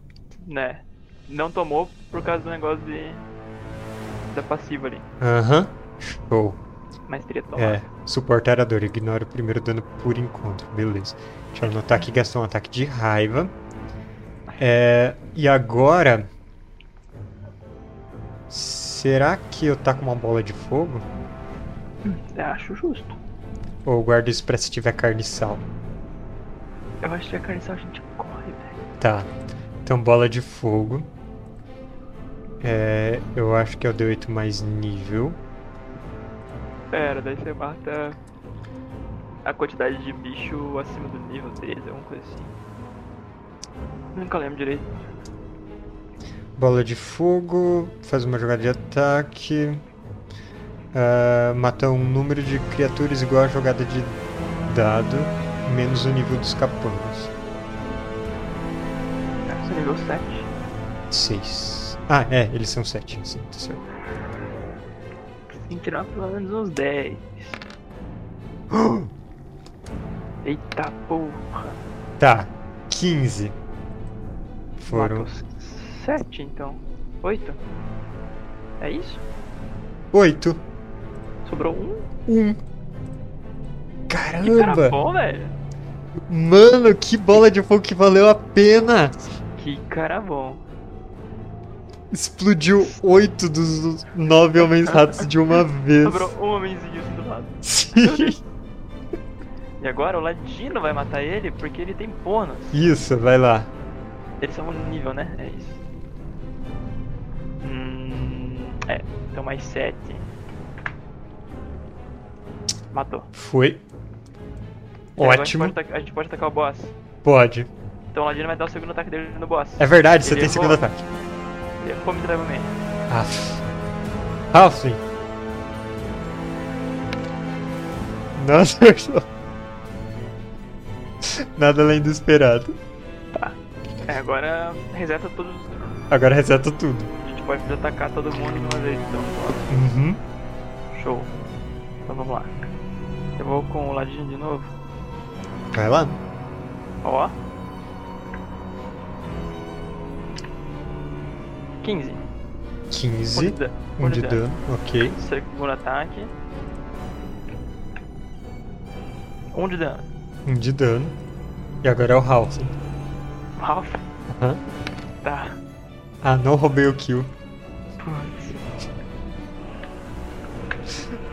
S2: Né. Não tomou por causa do negócio de. da passiva ali.
S1: Aham. Show.
S2: Mas teria tomado.
S1: É, suportar a dor. Ignora o primeiro dano por encontro. Beleza. Deixa eu anotar que gastou um ataque de raiva. É, e agora. Será que eu tá com uma bola de fogo?
S2: Eu Acho justo.
S1: Ou eu guardo isso pra se tiver carne e sal?
S2: Eu acho que a carniçal a gente corre, velho.
S1: Tá. Então, bola de fogo. É, eu acho que é o D8 mais nível.
S2: Pera, daí você mata a quantidade de bicho acima do nível deles, alguma coisa assim. Nunca lembro direito.
S1: Bola de fogo, faz uma jogada de ataque. ah, mata um número de criaturas igual a jogada de dado, menos o nível dos capangas.
S2: Esse é nível 7.
S1: 6. Ah, é, eles são 7. Sim, tá certo.
S2: Tem que tirar pelo menos uns 10. Eita porra.
S1: Tá, 15. Foram
S2: 7 então. 8? É isso?
S1: 8.
S2: Sobrou um?
S1: 1.
S2: Que cara
S1: Caramba!
S2: bom, velho.
S1: Mano, que bola de fogo que valeu a pena!
S2: Que cara bom.
S1: Explodiu 8 dos 9 homens ratos de uma vez.
S2: Sobrou um homenzinho assim do lado.
S1: Sim.
S2: E agora o Ladino vai matar ele porque ele tem bônus.
S1: Isso, vai lá.
S2: Eles são um nível, né? É isso. Hum, é, então mais 7. Matou.
S1: Foi.
S2: E agora A
S1: Ótimo.
S2: gente, pode atacar, a gente pode atacar o boss.
S1: Pode.
S2: Então o Ladino vai dar o segundo ataque dele no boss.
S1: É verdade, você
S2: Ele
S1: tem
S2: errou.
S1: segundo ataque.
S2: Ele errou miseravelmente.
S1: Aff. Halfling. Não acertou. Nada além do esperado.
S2: É, agora reseta todos.
S1: Agora reseta tudo.
S2: A gente pode atacar todo mundo de uma vez. Então, ó,
S1: Uhum.
S2: show. Então vamos lá. Eu vou com o Ladino de novo.
S1: Vai lá.
S2: Ó. 15. Um de
S1: 15.
S2: da-
S1: Um de
S2: da-
S1: dano. Ok.
S2: Segundo ataque. Um de dano.
S1: Um de dano. E agora é o Halfling.
S2: Ralph.
S1: Aham.
S2: Tá.
S1: Ah, não roubei o kill.
S2: Putz.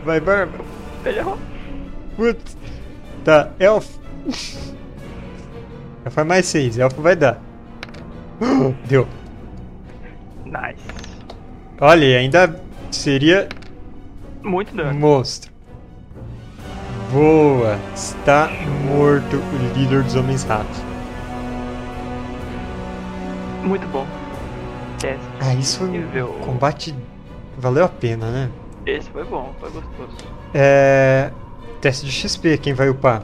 S1: Vai, Barba.
S2: Ele errou.
S1: Putz. Tá, elfo. Elfo é mais 6, elfo vai dar. Deu.
S2: Nice.
S1: Olha, e ainda seria
S2: Muito dano.
S1: monstro. Boa! Está morto o líder dos homens ratos.
S2: Muito bom. Teste.
S1: Ah, isso foi
S2: Nível.
S1: um combate. Valeu a pena, né?
S2: Esse foi bom, foi gostoso.
S1: É. Teste de XP, quem vai upar?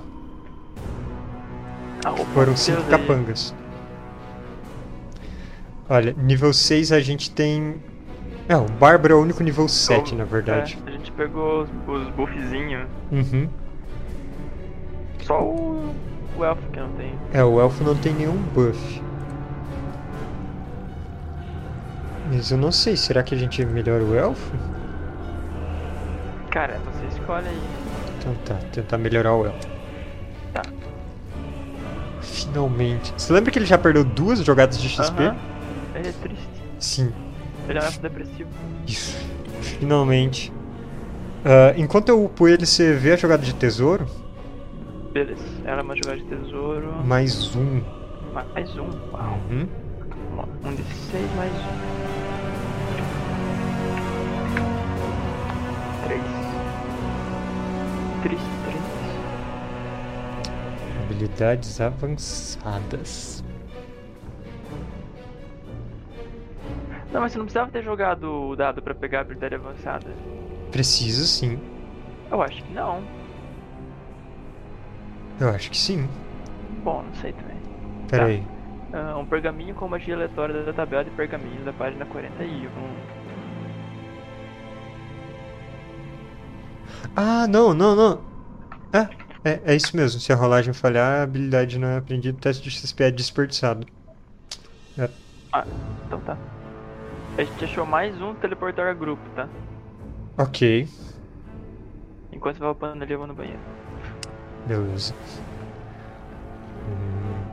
S2: Ah, opa,
S1: Foram
S2: Deus
S1: 5
S2: aí.
S1: capangas. Olha, nível 6 a gente tem. É, o Bárbaro é o único nível 7, na verdade.
S2: É, a gente pegou os, os buffzinhos.
S1: Uhum.
S2: Só o, o elfo que não tem.
S1: É, o elfo não tem nenhum buff. Mas eu não sei, será que a gente melhora o elfo?
S2: Cara, você escolhe aí.
S1: Então tá, tentar melhorar o elfo.
S2: Tá.
S1: Finalmente. Você lembra que ele já perdeu duas jogadas de XP?
S2: Aham. Ele é triste.
S1: Sim,
S2: Ele é um elfo depressivo.
S1: isso. Finalmente. Ah, enquanto eu upo ele, você vê a jogada de tesouro?
S2: Beleza. Ela é uma jogada de tesouro.
S1: Mais um.
S2: Mais um. Uau.
S1: Uhum.
S2: Um de seis mais um. Três. Três, três.
S1: Habilidades avançadas.
S2: Não, mas você não precisava ter jogado o dado pra pegar a habilidade avançada.
S1: Preciso sim.
S2: Eu acho que não.
S1: Eu acho que sim.
S2: Bom, não sei também.
S1: Pera
S2: Tá.
S1: aí.
S2: Ah, um pergaminho com magia aleatória da tabela de pergaminhos da página 41.
S1: Ah, não, não, não. Ah, é, é isso mesmo. Se a rolagem falhar, a habilidade não é aprendida, o teste de XP é desperdiçado. É.
S2: Ah, então tá. A gente achou mais um teleportar a grupo, tá?
S1: Ok,
S2: Enquanto você vai upando ali, eu vou no banheiro.
S1: beleza. Hum.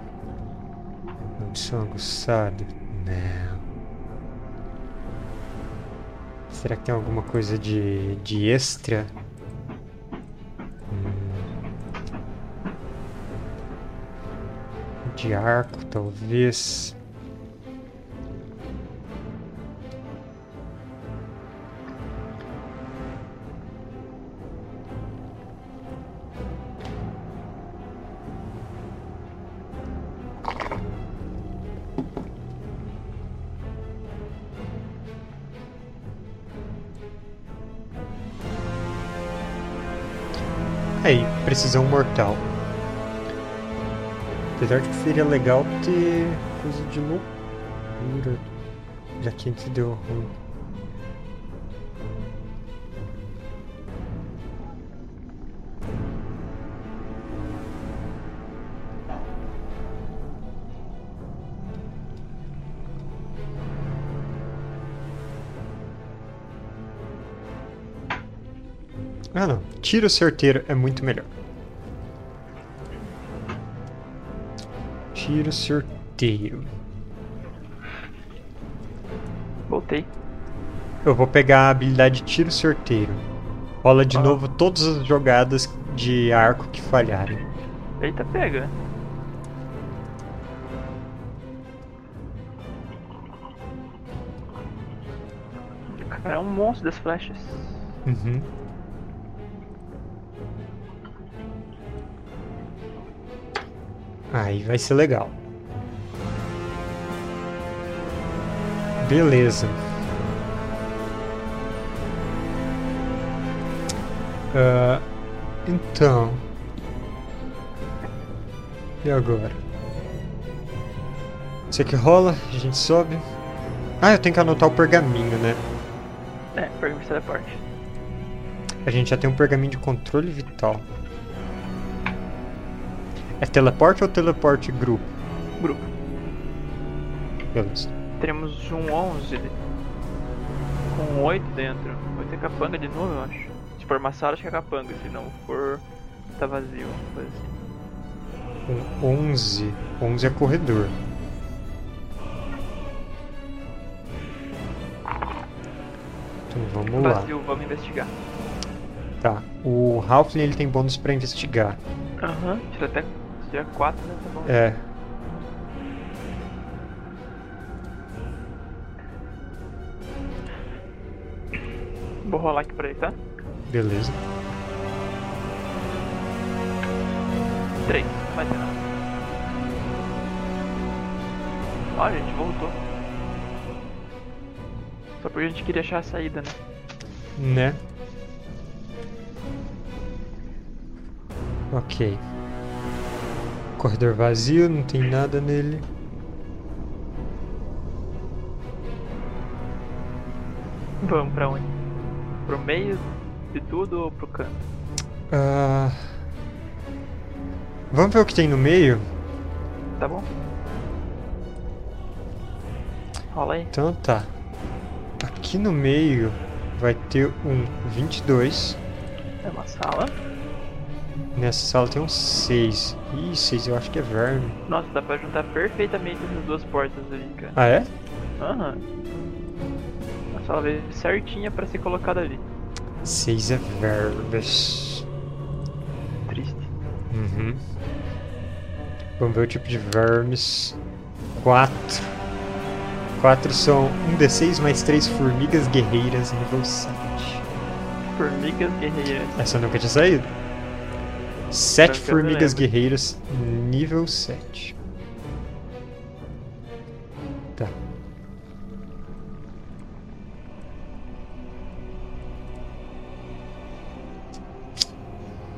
S1: Audição aguçada? né? Não. Será que tem alguma coisa de, de extra? Hum. De arco, talvez. Aí, precisão mortal. Apesar de que seria legal ter coisa de loucura. Já que antes deu ruim. Ah não, tiro certeiro é muito melhor. Tiro certeiro.
S2: Voltei.
S1: Eu vou pegar a habilidade tiro certeiro. Rola de
S2: Ah.
S1: novo todas as jogadas de arco que falharem.
S2: Eita, pega. Cara, é um monstro das flechas.
S1: Uhum. Aí vai ser legal. Beleza. Ah, então. E agora? Isso aqui rola, a gente sobe. Ah, eu tenho que anotar o pergaminho, né?
S2: É, pergunta se teleporte.
S1: A gente já tem um pergaminho de controle vital. É teleporte ou teleporte grupo?
S2: Grupo.
S1: Beleza.
S2: Teremos um 11 de- com 8 dentro. 8 é capanga de novo, eu acho. Se for amassado, acho que é capanga. Se não for, tá vazio. alguma coisa assim.
S1: Um 11. 11 é corredor. Então vamos lá.
S2: Vazio, vamos investigar.
S1: Tá. O Halfling ele tem bônus pra investigar.
S2: Aham. Tira até tira 4, né? Tá bom.
S1: É.
S2: Vou rolar aqui pra ele, tá?
S1: Beleza.
S2: 3, não vai ter nada. Ó, a gente voltou. Só porque a gente queria achar a saída, né?
S1: Né? Ok. Corredor vazio, não tem nada nele.
S2: Vamos pra onde? Pro meio de tudo ou pro canto?
S1: Ah, Vamos ver o que tem no meio?
S2: Tá bom? Rola aí.
S1: Então tá. Aqui no meio vai ter um 22.
S2: É uma sala.
S1: Nessa sala tem um 6. Ih, 6 eu acho que é verme.
S2: Nossa, dá pra juntar perfeitamente essas duas portas ali, cara.
S1: Ah é?
S2: Aham. A sala veio certinha pra ser colocada ali.
S1: 6 é vermes.
S2: Triste.
S1: Uhum. Vamos ver o tipo de vermes. 4. 4 são 1d6 mais 3 formigas guerreiras nível 7.
S2: Formigas guerreiras.
S1: Essa eu nunca tinha saído. Sete
S2: Não, que eu não
S1: formigas
S2: lembro.
S1: guerreiras, nível 7. Tá.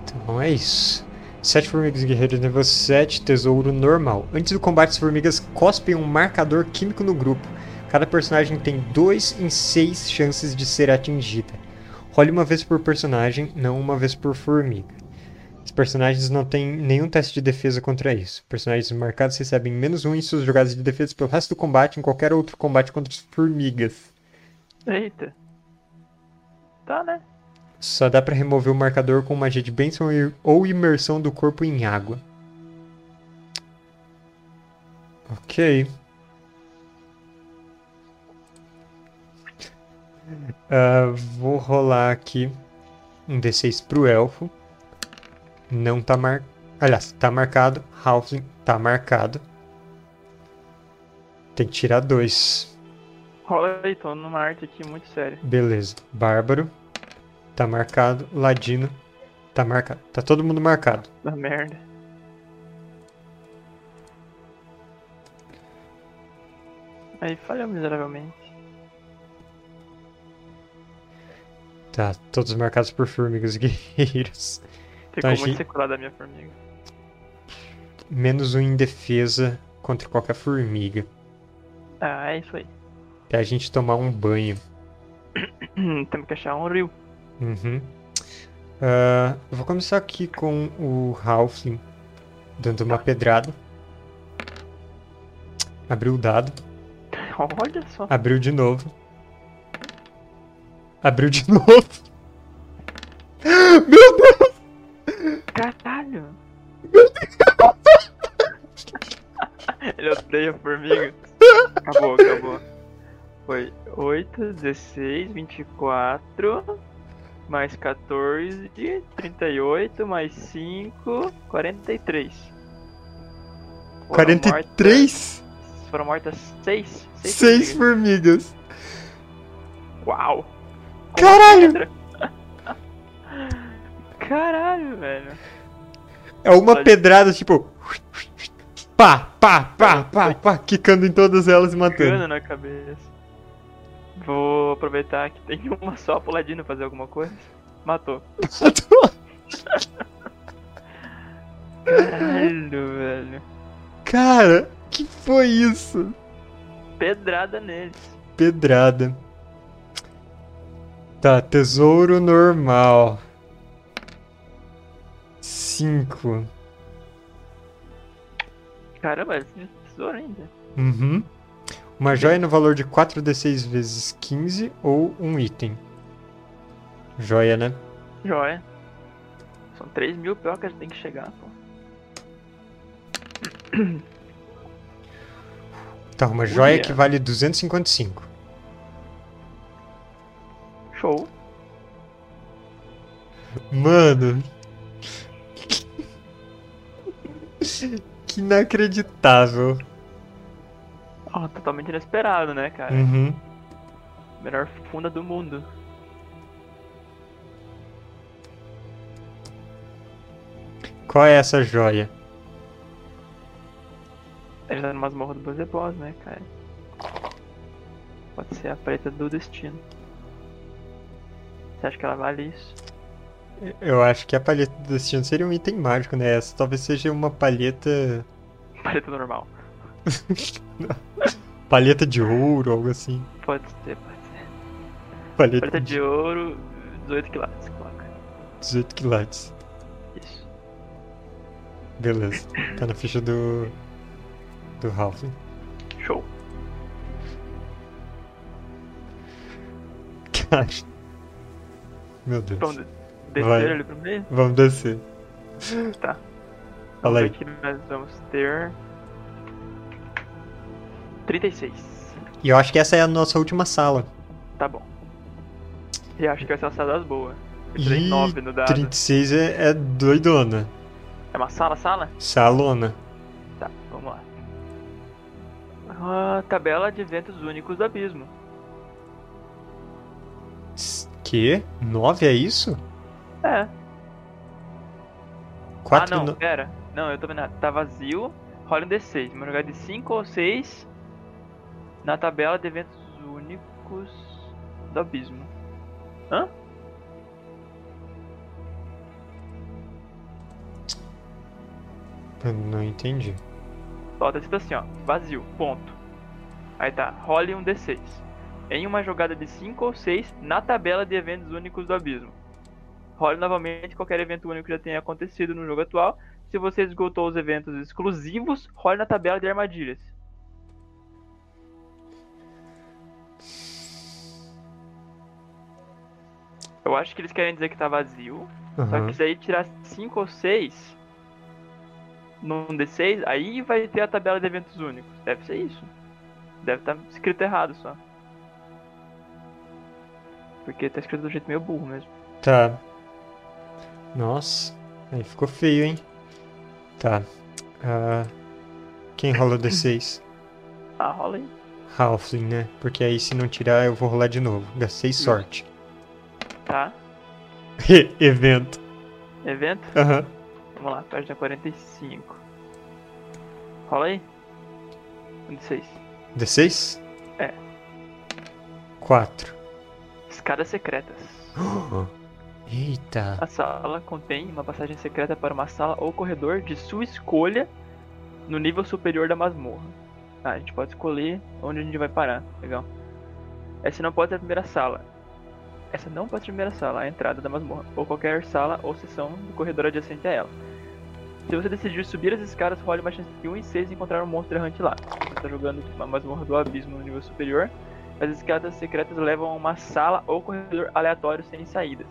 S1: Então é isso. Sete formigas guerreiras nível 7, tesouro normal. Antes do combate, as formigas cospem um marcador químico no grupo. Cada personagem tem 2 em 6 chances de ser atingida. Role uma vez por personagem, não uma vez por formiga. Os personagens não têm nenhum teste de defesa contra isso. Personagens marcados recebem menos um em suas jogadas de defesa pelo resto do combate em qualquer outro combate contra as formigas.
S2: Eita. Tá, né?
S1: Só dá pra remover o marcador com magia de bênção e- ou imersão do corpo em água. Ok. Ah, vou rolar aqui um D6 pro elfo. Não tá marcado. Aliás, tá marcado. Halfling tá marcado. Tem que tirar dois.
S2: Rola aí, tô numa arte aqui muito séria.
S1: Beleza. Bárbaro. Tá marcado. Ladino. Tá marcado. Tá todo mundo marcado.
S2: Da merda. Aí falhou miseravelmente.
S1: Tá, todos marcados por formigas guerreiras.
S2: Ficou
S1: Tá,
S2: muito
S1: gente.
S2: seculado a minha formiga.
S1: Menos um em defesa contra qualquer formiga.
S2: Ah, é isso aí.
S1: Até a gente tomar um banho.
S2: Temos que achar um rio.
S1: Uhum. Ah, eu vou começar aqui com o Halfling dando uma pedrada. Abriu o dado.
S2: Olha só.
S1: Abriu de novo. Abriu de novo. Meu Deus!
S2: Caralho! Ele odeia formiga. Acabou, acabou. Foi 8, 16, 24, mais 14, 38, mais 5, 43. Foram
S1: 43?
S2: Mortas, foram mortas 6.
S1: 6 formigas.
S2: Uau! Com
S1: Caralho!
S2: pedra. Caralho, velho.
S1: É uma
S2: Pode-
S1: pedrada, tipo. Pá, pá, pá, pá, pá, quicando em todas elas e matando.
S2: cano na cabeça. Vou aproveitar que tem uma só pro Ladino fazer alguma coisa. Matou. Caralho, velho.
S1: Cara, que foi isso?
S2: Pedrada neles.
S1: Pedrada. Tá, tesouro normal. 5.
S2: Caramba, eles tinham tesouro ainda.
S1: Uhum. Uma joia no valor de 4d6 vezes 15 ou um item. Joia, né?
S2: Joia. São 3 mil piocas que tem que chegar, pô.
S1: Tá, uma joia
S2: Olha.
S1: que vale 255.
S2: Show.
S1: Mano. que inacreditável.
S2: Ó, totalmente inesperado, né, cara?
S1: Uhum. Hum.
S2: Melhor funda do mundo.
S1: Qual é essa joia?
S2: Ele tá no masmorra do Boss, né, cara? Pode ser a preta do destino. Você acha que ela vale isso?
S1: Eu acho que a palheta do destino seria um item mágico, né? Essa talvez seja uma palheta.
S2: Preta normal.
S1: palheta de ouro, algo assim.
S2: Pode ser, pode ser.
S1: Palheta,
S2: Preta
S1: de
S2: de ouro, 18 quilates, coloca.
S1: 18 quilates.
S2: Isso.
S1: Beleza. Tá na ficha do. do Ralph.
S2: Show.
S1: Cara. Meu Deus.
S2: Vamos de-
S1: Vai.
S2: descer ali pro meio?
S1: Vamos descer.
S2: Tá.
S1: Fala aí.
S2: Aqui nós vamos ter. 36.
S1: E eu acho que essa é a nossa última sala.
S2: Tá bom. E acho que vai ser uma sala das boas. Eu tirei
S1: Ih,
S2: 9 no dado.
S1: 36 é, é doidona.
S2: É uma sala, sala?
S1: Salona.
S2: Tá, vamos lá. Ah, tabela de eventos únicos do abismo.
S1: S- Que? 9 é isso?
S2: É.
S1: 4
S2: ah, não, pera. Não, eu tô vendo. errado. Tá vazio. Rola um D6. Uma jogada de 5 ou 6 na tabela de eventos únicos do abismo. Hã?
S1: Eu não entendi.
S2: Ó, tá escrito assim, ó. Vazio, ponto. Aí tá, role um D6. Em uma jogada de 5 ou 6 na tabela de eventos únicos do abismo. Role novamente qualquer evento único que já tenha acontecido no jogo atual. Se você esgotou os eventos exclusivos, role na tabela de armadilhas. Eu acho que eles querem dizer que tá vazio. Só que
S1: Aham.
S2: se aí tirar 5 ou 6 num D6, aí vai ter a tabela de eventos únicos. Deve ser isso. Deve estar escrito errado só. Porque tá escrito do jeito meio burro mesmo.
S1: Tá. Nossa. Aí ficou feio, hein? Tá. Ah, quem rola o D6?
S2: Ah, rola aí.
S1: Halfling, né? Porque aí se não tirar eu vou rolar de novo.
S2: Hum.
S1: Gastei sorte.
S2: Tá.
S1: Evento.
S2: Evento?
S1: Aham.
S2: Vamos lá, página 45. Rola aí. Um de seis.
S1: D6?
S2: É.
S1: 4.
S2: Escadas secretas.
S1: Eita.
S2: A sala contém uma passagem secreta para uma sala ou corredor de sua escolha no nível superior da masmorra. Ah, a gente pode escolher onde a gente vai parar. Legal. Essa não pode ser a primeira sala. Essa não pode ser a primeira sala, a entrada da masmorra, ou qualquer sala ou seção do corredor adjacente a ela. Se você decidir subir as escadas, role uma chance de 1 em 6 e encontrar um monstro errante lá. Se Você está jogando uma masmorra do abismo no nível superior. As escadas secretas levam a uma sala ou corredor aleatório sem saídas.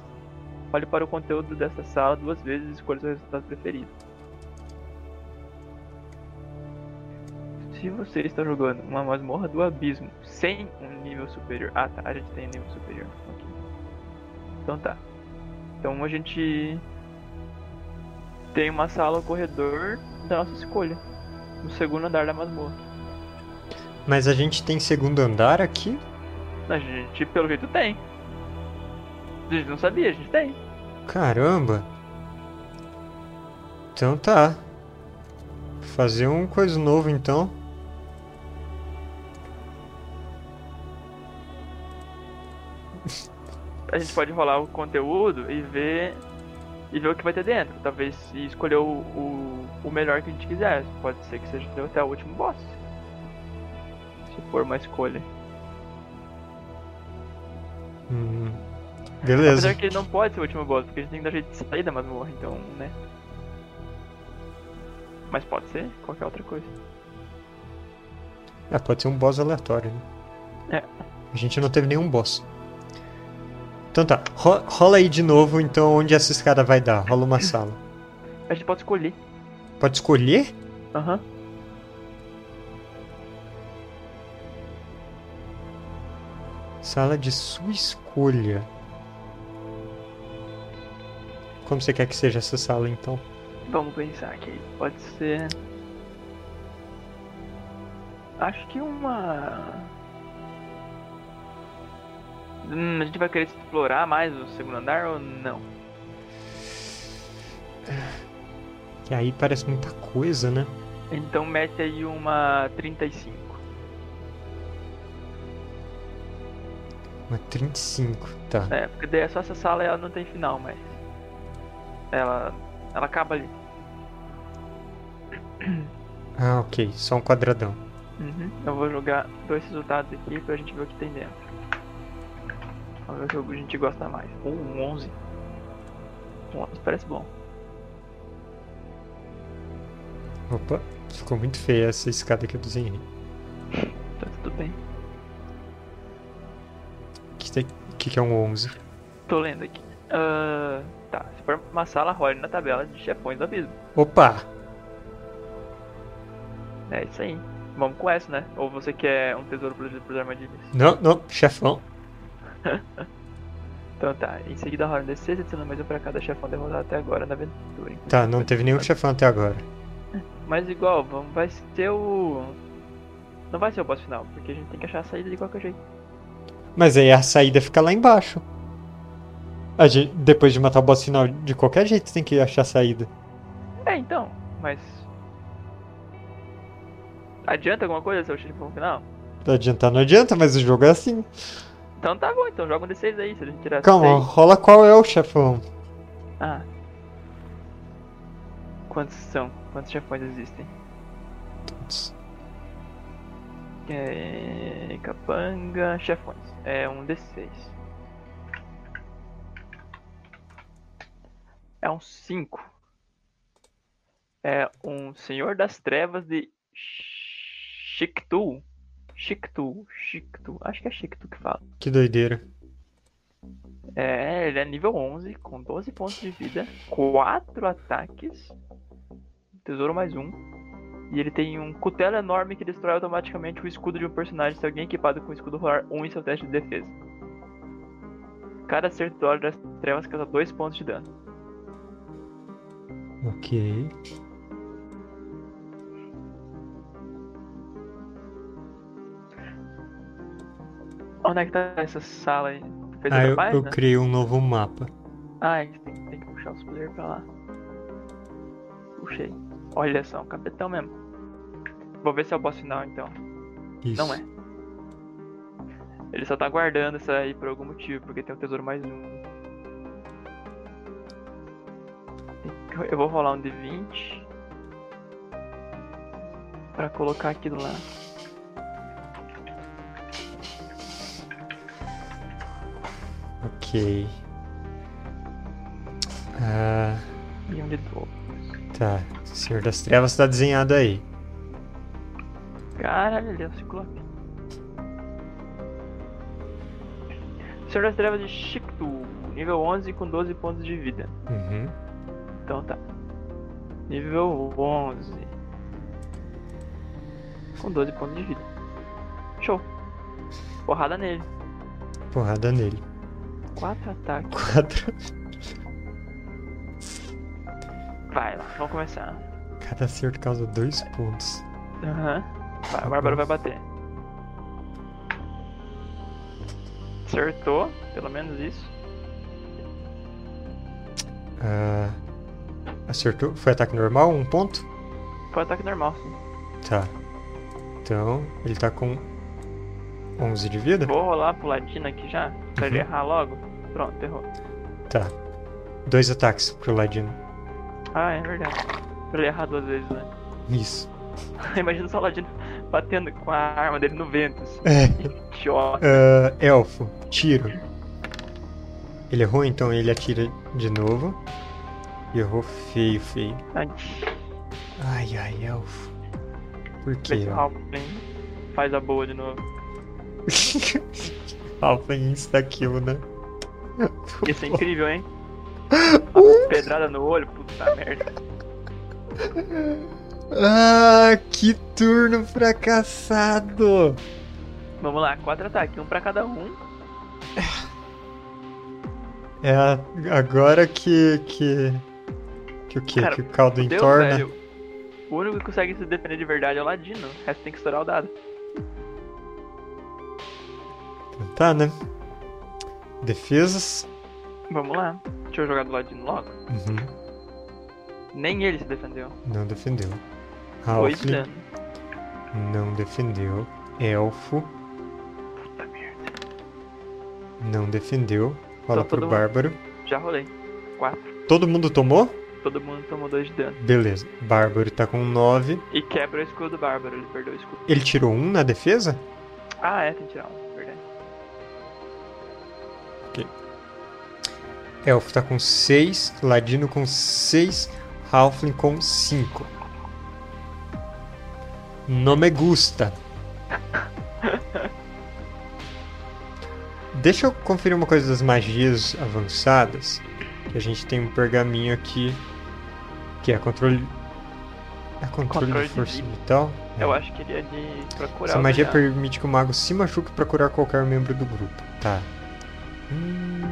S2: Olhe para o conteúdo dessa sala duas vezes e escolha seu resultado preferido. Se você está jogando uma masmorra do abismo sem um nível superior. Ah tá, a gente tem nível superior. ok. Então tá. Então a gente tem uma sala ou corredor da nossa escolha. No segundo andar da masmorra.
S1: Mas a gente tem segundo andar aqui?
S2: A gente, pelo jeito, tem. A gente não sabia, a gente tem.
S1: Caramba. Então tá. Fazer um coisa novo então.
S2: a gente pode rolar o conteúdo e ver e ver o que vai ter dentro. Talvez e escolher o, o, o melhor que a gente quiser. Pode ser que seja até o último boss. Se for uma escolha.
S1: Hum,
S2: Apesar
S1: Beleza.
S2: que ele não pode ser o último boss, porque a gente tem que dar jeito de sair da masmorra, então, né? Mas pode ser qualquer outra coisa.
S1: Ah, pode ser um boss aleatório, né?
S2: É.
S1: A gente não teve nenhum boss. Então tá, ro- rola aí de novo então onde essa escada vai dar. Rola uma sala.
S2: A gente pode escolher.
S1: Pode escolher?
S2: Aham.
S1: Sala de sua escolha. Como você quer que seja essa sala então?
S2: Vamos pensar aqui. Pode ser. Acho que uma. Hum, a gente vai querer explorar mais o segundo andar ou não?
S1: Que aí parece muita coisa, né?
S2: Então mete aí uma 35.
S1: Uma 35, tá.
S2: É, porque daí é só essa sala e ela não tem final, mas. Ela. Ela acaba ali.
S1: Ah, ok, só um quadradão.
S2: Uhum. Eu vou jogar dois resultados aqui pra gente ver o que tem dentro. Vamos ver o que a gente gosta mais. Uh, um 11. Um 11 parece bom.
S1: Opa, ficou muito feia essa escada que eu desenhei.
S2: Tá tudo bem.
S1: O que, tem- que, que é um 11?
S2: Tô lendo aqui. Ah, tá, se for uma sala, role na tabela de chefões do abismo.
S1: Opa!
S2: É isso aí. Vamos com essa, né? Ou você quer um tesouro produzido por armadilhas?
S1: Não, não, chefão.
S2: Então tá, em seguida rola um D6 adicionando mais um pra cada chefão derrotado até agora na aventura.
S1: Tá, não teve nenhum chefão até agora.
S2: Mas igual, vamos, vai ser o... Não vai ser o boss final, porque a gente tem que achar a saída de qualquer jeito.
S1: Mas aí a saída fica lá embaixo. A gente, depois de matar o boss final, de qualquer jeito tem que achar a saída.
S2: É, então, mas... Adianta alguma coisa seu chefão final?
S1: Não adiantar, não adianta, mas o jogo é assim.
S2: Então tá bom, então joga um D6 aí, se a gente tirar
S1: Calma,
S2: seis-
S1: rola qual é o chefão.
S2: Ah. Quantos são? Quantos chefões existem?
S1: Putz,
S2: É... Capanga, chefões. É um D6. É um 5. É um Senhor das Trevas de Shiktu. Shiktu, Shiktu. Acho que é Shiktu que fala.
S1: Que doideira.
S2: É, ele é nível 11, com 12 pontos de vida, 4 ataques, tesouro mais um. E ele tem um cutelo enorme que destrói automaticamente o escudo de um personagem se alguém equipado com o escudo rolar 1 em seu teste de defesa. Cada acerto do olho das trevas causa 2 pontos de dano.
S1: Ok.
S2: Onde é que tá essa sala aí? Fez
S1: Ah,
S2: outra
S1: eu, eu
S2: página?
S1: criei um novo mapa.
S2: Ah, a gente tem, tem que puxar os players pra lá. Puxei. Olha só, um capitão mesmo. Vou ver se é o boss final então.
S1: Isso.
S2: Não é. Ele só tá guardando essa aí por algum motivo, porque tem o tesouro mais um. Eu vou rolar um D20 pra colocar aqui do lado.
S1: Ok. Ah,
S2: E um de novo.
S1: tá. Senhor das Trevas tá desenhado aí.
S2: Caralho, ele é o Ciclope. Senhor das Trevas de Shiktu, nível 11 com 12 pontos de vida.
S1: Uhum.
S2: Então tá. Nível 11. Com 12 pontos de vida. Show. Porrada nele.
S1: Porrada nele.
S2: 4 ataques.
S1: Quatro.
S2: Vai lá, vamos começar.
S1: Cada acerto causa dois pontos.
S2: Aham. Vai, o Bárbaro vai bater. Acertou, pelo menos isso.
S1: Ah, acertou. Foi ataque normal? Um ponto?
S2: Foi ataque normal, sim.
S1: Tá. Então, ele tá com 11 de vida?
S2: Vou rolar pro Ladino aqui já, pra ele
S1: Uhum.
S2: errar logo. Pronto, errou.
S1: Tá. Dois ataques pro Ladino.
S2: Ah, é verdade. Pra ele errar duas vezes, né?
S1: Isso.
S2: Imagina só o Ladino batendo com a arma dele no vento. assim.
S1: É.
S2: Idiota.
S1: ah, elfo. Tiro. Ele errou, então ele atira de novo. E errou feio, feio.
S2: Ai,
S1: Ai, ai, elfo. Por
S2: Vê
S1: quê?
S2: se o
S1: ó?
S2: Halfling faz a boa de novo.
S1: Halfling insta-kill, né?
S2: Isso é incrível, hein?
S1: Uh!
S2: Pedrada no olho, puta merda.
S1: Ah, que turno fracassado!
S2: Vamos lá, quatro ataques, um pra cada um.
S1: É a- agora que. que. que o quê?
S2: Cara,
S1: que o caldo
S2: Deu,
S1: entorna.
S2: velho. O único que consegue se defender de verdade é o Ladino. O resto tem que estourar o dado.
S1: Então Tá, né? Defesas.
S2: Vamos lá. Deixa eu jogar do Ladino logo.
S1: Uhum,
S2: Nem ele se defendeu.
S1: não defendeu. Ah,
S2: Dois de
S1: Halfling
S2: dano.
S1: não defendeu. Elfo
S2: Puta merda.
S1: não defendeu. Fala
S2: Só todo
S1: pro
S2: mundo.
S1: Bárbaro.
S2: Já rolei. Quatro.
S1: Todo mundo tomou?
S2: Todo mundo tomou dois de dano.
S1: Beleza. Bárbaro tá com 9.
S2: E quebra o escudo do Bárbaro. Ele perdeu o escudo.
S1: Ele tirou um na defesa?
S2: Ah, é, tem que tirar um. Verdade.
S1: Elfo tá com 6, Ladino com 6, Halfling com 5. Não me gusta. Deixa eu conferir uma coisa das magias avançadas. Que a gente tem um pergaminho aqui que é controle. É controle,
S2: Controle
S1: de
S2: de
S1: força
S2: vida.
S1: vital?
S2: Eu
S1: É.
S2: acho que ele é de procurar.
S1: Essa
S2: o
S1: magia
S2: DNA.
S1: permite que o mago se machuque pra curar qualquer membro do grupo. Tá. Hum.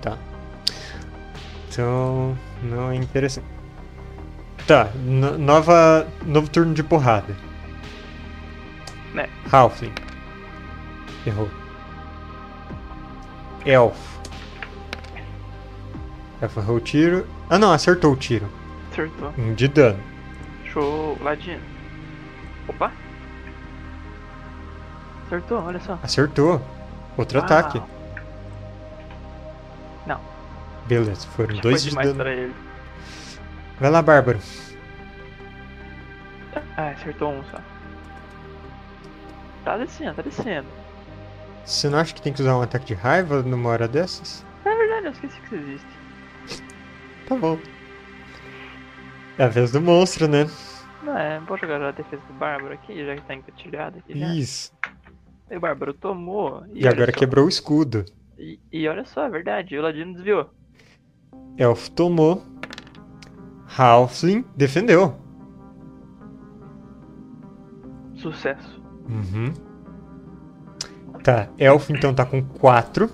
S1: Tá. Então, não é interessante. Tá, no- nova, novo turno de porrada.
S2: Né.
S1: Halfling. Errou. Elfo. Elfo errou o tiro. Ah não, acertou o tiro.
S2: Acertou.
S1: Um de dano.
S2: Show, Ladino. Opa! Acertou, olha só.
S1: Acertou. Outro
S2: Uau.
S1: ataque.
S2: Ah. Não.
S1: Beleza, foram
S2: Já
S1: dois
S2: foi
S1: de
S2: demais
S1: dano.
S2: pra ele.
S1: Vai lá, Bárbaro.
S2: Ah, acertou um só. Tá descendo, tá descendo.
S1: Você não acha que tem que usar um ataque de raiva numa hora dessas?
S2: É verdade, eu esqueci que isso existe.
S1: Tá bom. É a vez do monstro, né?
S2: Não, é, posso jogar já a defesa do Bárbaro aqui, já que tá engatilhado aqui. Já.
S1: Isso.
S2: E o Bárbaro tomou.
S1: E, agora
S2: só,
S1: quebrou o escudo.
S2: E, e olha só, é verdade, o Ladino desviou.
S1: Elfo tomou. Halfling defendeu.
S2: Sucesso.
S1: Uhum. Tá, Elfo então tá com 4.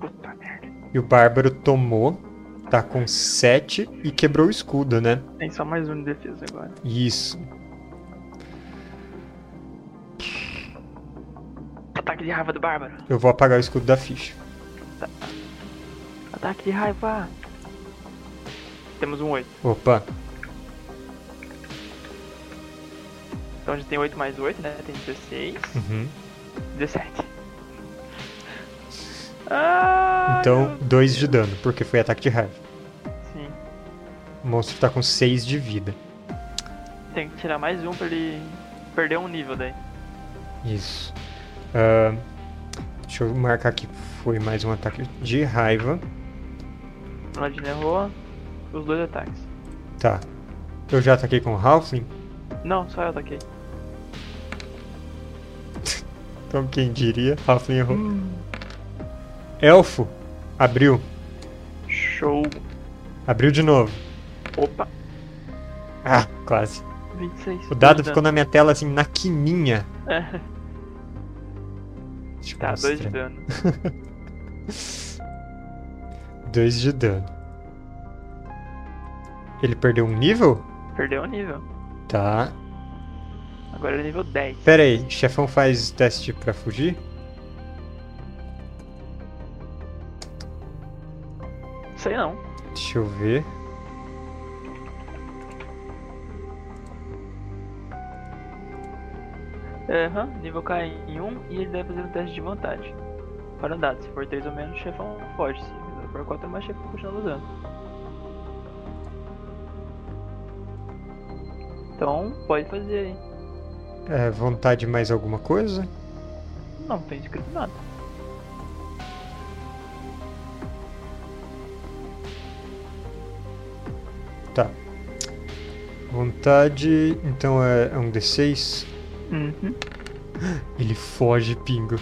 S2: Puta merda.
S1: E o Bárbaro tomou. Tá com 7 e quebrou o escudo, né?
S2: Tem só mais um de defesa agora.
S1: Isso.
S2: Ataque de raiva do Bárbaro.
S1: Eu vou apagar o escudo da ficha.
S2: Ataque de raiva. Temos um 8.
S1: Opa.
S2: Então a gente tem 8 mais 8, né? Tem 16.
S1: Uhum.
S2: 17. Ah,
S1: Então, 2 de dano, porque foi ataque de raiva.
S2: Sim.
S1: O monstro tá com 6 de vida.
S2: Tem que tirar mais um pra ele perder um nível daí.
S1: Isso. Ah, deixa eu marcar aqui. Foi mais um ataque de raiva.
S2: O Ladino errou os dois ataques.
S1: Tá. Eu já ataquei com o Halfling.
S2: Não, só eu ataquei.
S1: Então quem diria, Halfling errou.
S2: Hum.
S1: Elfo abriu.
S2: Show.
S1: Abriu de novo.
S2: Opa,
S1: Ah, quase.
S2: 26.
S1: O dado
S2: Dois
S1: ficou na minha tela assim, na quininha.
S2: É,
S1: Deixa eu
S2: tá, dois de
S1: mostrar.
S2: dano.
S1: 2 de dano. Ele perdeu um nível?
S2: Perdeu um nível.
S1: Tá.
S2: Agora ele é nível 10.
S1: Pera aí, chefão faz teste pra fugir?
S2: Sei não.
S1: Deixa eu ver.
S2: É, Aham, nível cai em 1 e ele deve fazer um teste de vontade. Para um dado, se for 3 ou menos, o chefão foge. Se for 4 ou mais, o chefão continua usando. Então, pode fazer aí.
S1: É, vontade mais alguma coisa?
S2: Não tem escrito nada.
S1: Tá. Vontade. Então é é um D6.
S2: Uhum.
S1: Ele foge, pingo.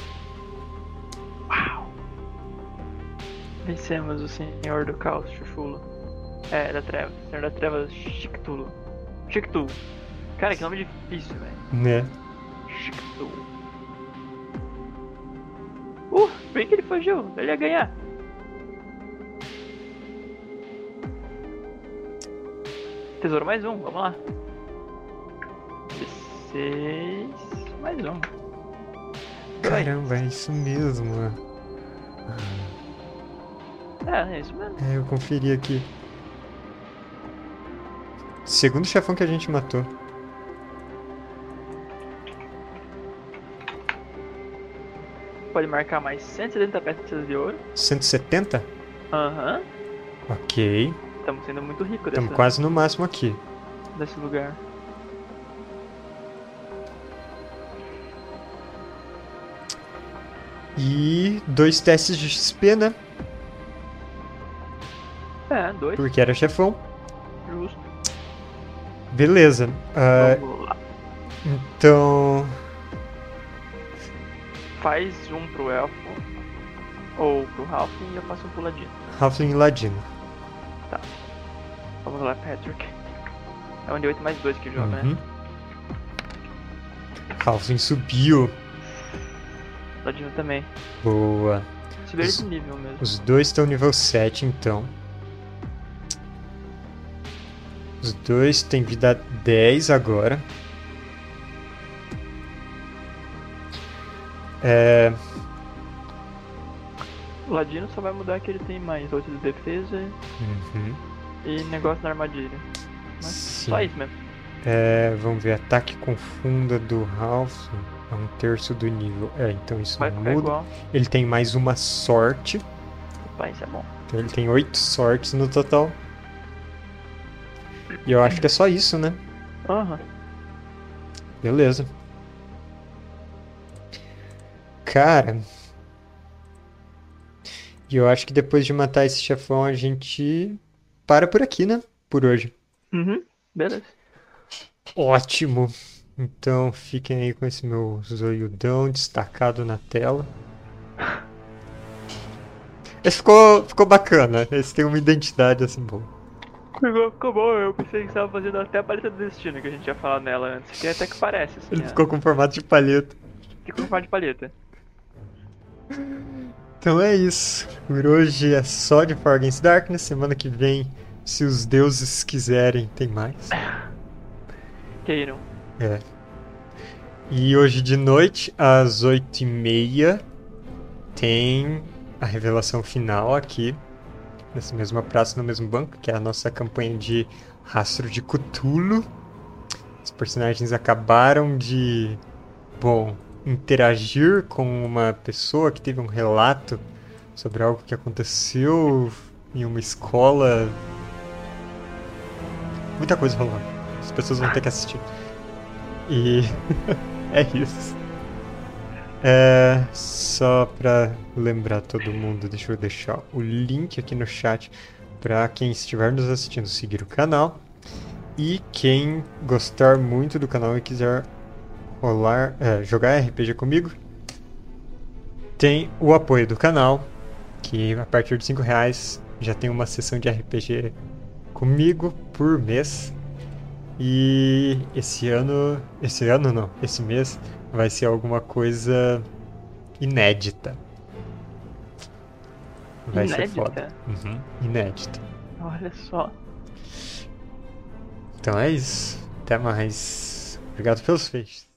S2: Vencemos o Senhor do Caos, Chuchulo. É, da Treva. Senhor da Treva, Chictulo. Chictulo. Cara, que nome difícil, velho.
S1: Né?
S2: Chictulo. Uh, bem que ele fugiu. Ele ia ganhar. Tesouro mais um, vamos lá. 16. Mais um. Dois.
S1: Caramba, é isso mesmo.
S2: É, é isso mesmo.
S1: É, eu conferi aqui. Segundo chefão que a gente matou.
S2: Pode marcar mais 170 peças de ouro.
S1: 170?
S2: Aham.
S1: Ok.
S2: Estamos sendo muito ricos
S1: Estamos
S2: dessa-
S1: quase no máximo aqui.
S2: desse lugar.
S1: E dois testes de XP, né?
S2: É, dois,
S1: Porque era chefão.
S2: justo.
S1: Beleza. Ah,
S2: Vamos lá.
S1: então.
S2: Faz um pro elfo ou pro Ralph e eu faço um pro Ladino.
S1: Halfling e Ladino.
S2: Vamos lá, Patrick. É um de 8 mais 2 que joga, né?
S1: Uhum. Halfling subiu. Uhum.
S2: Ladino também.
S1: Boa.
S2: Subir
S1: Os-
S2: de nível mesmo.
S1: Os dois estão nível 7, então. Os dois têm vida 10 agora. É,
S2: O Ladino só vai mudar que ele tem mais 8 de defesa
S1: uhum,
S2: e negócio na armadilha. Mas
S1: sim.
S2: Só isso mesmo.
S1: É, vamos ver. Ataque com funda do Ralph é um terço do nível. É, então isso
S2: Vai
S1: não
S2: ficar
S1: muda.
S2: igual.
S1: Ele tem mais uma sorte.
S2: Opa, isso é bom.
S1: Então ele tem 8 sortes no total. E eu acho que é só isso, né?
S2: Aham.
S1: Beleza. Cara. E eu acho que depois de matar esse chefão, a gente para por aqui, né? Por hoje.
S2: Uhum, beleza.
S1: Ótimo! Então fiquem aí com esse meu zoiudão destacado na tela. Esse ficou, ficou bacana, esse tem uma identidade assim boa.
S2: Ficou, ficou bom, eu pensei que estava fazendo até a paleta do destino que a gente ia falar nela antes, que até que parece, assim.
S1: Ele
S2: a-
S1: ficou com formato de palheta.
S2: Ficou com parte de palheta.
S1: Então é isso. Por hoje é só de Far Against Darkness. Semana que vem, se os deuses quiserem, tem mais.
S2: Queiram.
S1: É. E hoje de noite, às 8h30, tem a revelação final aqui, nessa mesma praça, no mesmo banco, que é a nossa campanha de Rastro de Cutulo. Os personagens acabaram de, bom, interagir com uma pessoa que teve um relato sobre algo que aconteceu em uma escola. Muita coisa rolando. As pessoas vão ter que assistir. E é isso. É, só pra lembrar todo mundo, deixa eu deixar o link aqui no chat pra quem estiver nos assistindo seguir o canal. E quem gostar muito do canal e quiser rolar, é, jogar RPG comigo, tem o apoio do canal, que a partir de 5 reais já tem uma sessão de RPG comigo por mês. E esse ano, esse ano não, esse mês vai ser alguma coisa inédita. Vai ser foda.
S2: Inédita.
S1: Uhum, inédita.
S2: Olha só.
S1: Então é isso. Até mais. Obrigado pelos feixes.